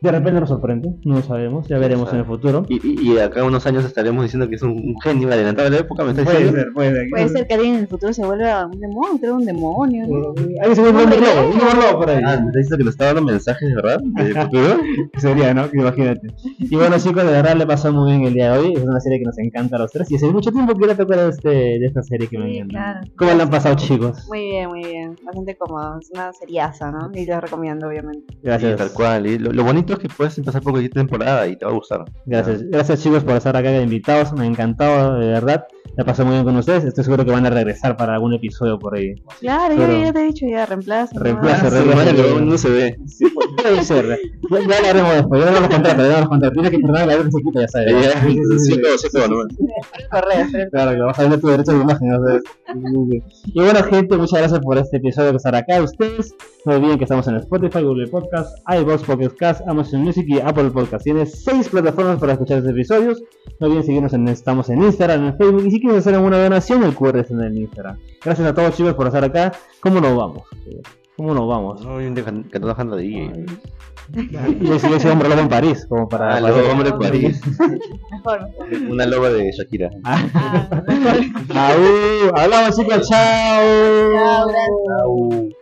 S4: De repente nos sorprende, no lo sabemos, ya veremos en el futuro.
S2: Y, y- y acá unos años estaremos diciendo que es un, un genio adelantado a la época, me está diciendo.
S4: puede ser.
S3: Puede ser que alguien en el futuro se vuelva un demonio, creo un demonio. ¿no?
S4: Ahí se ve un hombre lobo, un hombre lobo por ahí.
S2: Ah, me está diciendo que nos está dando mensajes, ¿verdad? Del futuro.
S4: Sería, ¿no? Imagínate. Y bueno, chicos, de verdad le pasó muy bien el día de hoy. Es una serie que nos encanta a los tres. Y hace mucho tiempo que era tocar de, este, de esta serie que me
S3: Sí,
S4: encanta.
S3: claro.
S4: ¿Cómo le han pasado, chicos?
S3: Muy bien, muy bien. Bastante cómodo. Es una seriaza, ¿no? Y les recomiendo, obviamente.
S4: Gracias.
S2: Sí, tal cual. Y lo, lo bonito es que puedes empezar por cualquier temporada y te va a gustar.
S4: Gracias, gracias chicos por estar acá de invitados, me ha encantado, de verdad. La pasé muy bien con ustedes, estoy seguro que van a regresar para algún episodio por ahí.
S3: Claro,
S4: Claro.
S3: yo ya te he dicho, ya reemplazo. ¿no?
S4: Reemplazo,
S3: Ah,
S4: re-
S2: Semana que aún no se ve.
S4: Puede ser, ya, ya lo haremos después, ya no los contrato, ya no los contrato. Tienes que terminar la se quita, ya sabes.
S2: Ya, sí, todo, sí, todo, ¿no?
S3: sí, correo, pero-
S4: Claro, que vas a ver tu derecho de imagen. o sea, es- Y bueno, gente, muchas gracias por este episodio que estar acá. Ustedes no olviden que estamos en Spotify, Google Podcast, iVoox, Pocket Cast, Amazon Music y Apple Podcast. Tiene seis plataformas para escuchar estos episodios. No olviden seguirnos en estamos en Instagram, en Facebook y si quieren hacer alguna donación, el QR está en el Instagram. Gracias a todos chicos por estar acá. ¿Cómo nos vamos? ¿Cómo nos vamos?
S2: No, yo dejan- que no dejan de ahí.
S4: Y yo soy hombre lobo en París, como para.
S2: Ah, la
S4: para-
S2: loba hombre de París.
S3: Mejor.
S2: Una loba de Shakira.
S3: Ah, mejor.
S4: Au, hablamos chicos, chao.
S3: Chao, gracias.
S4: Chao.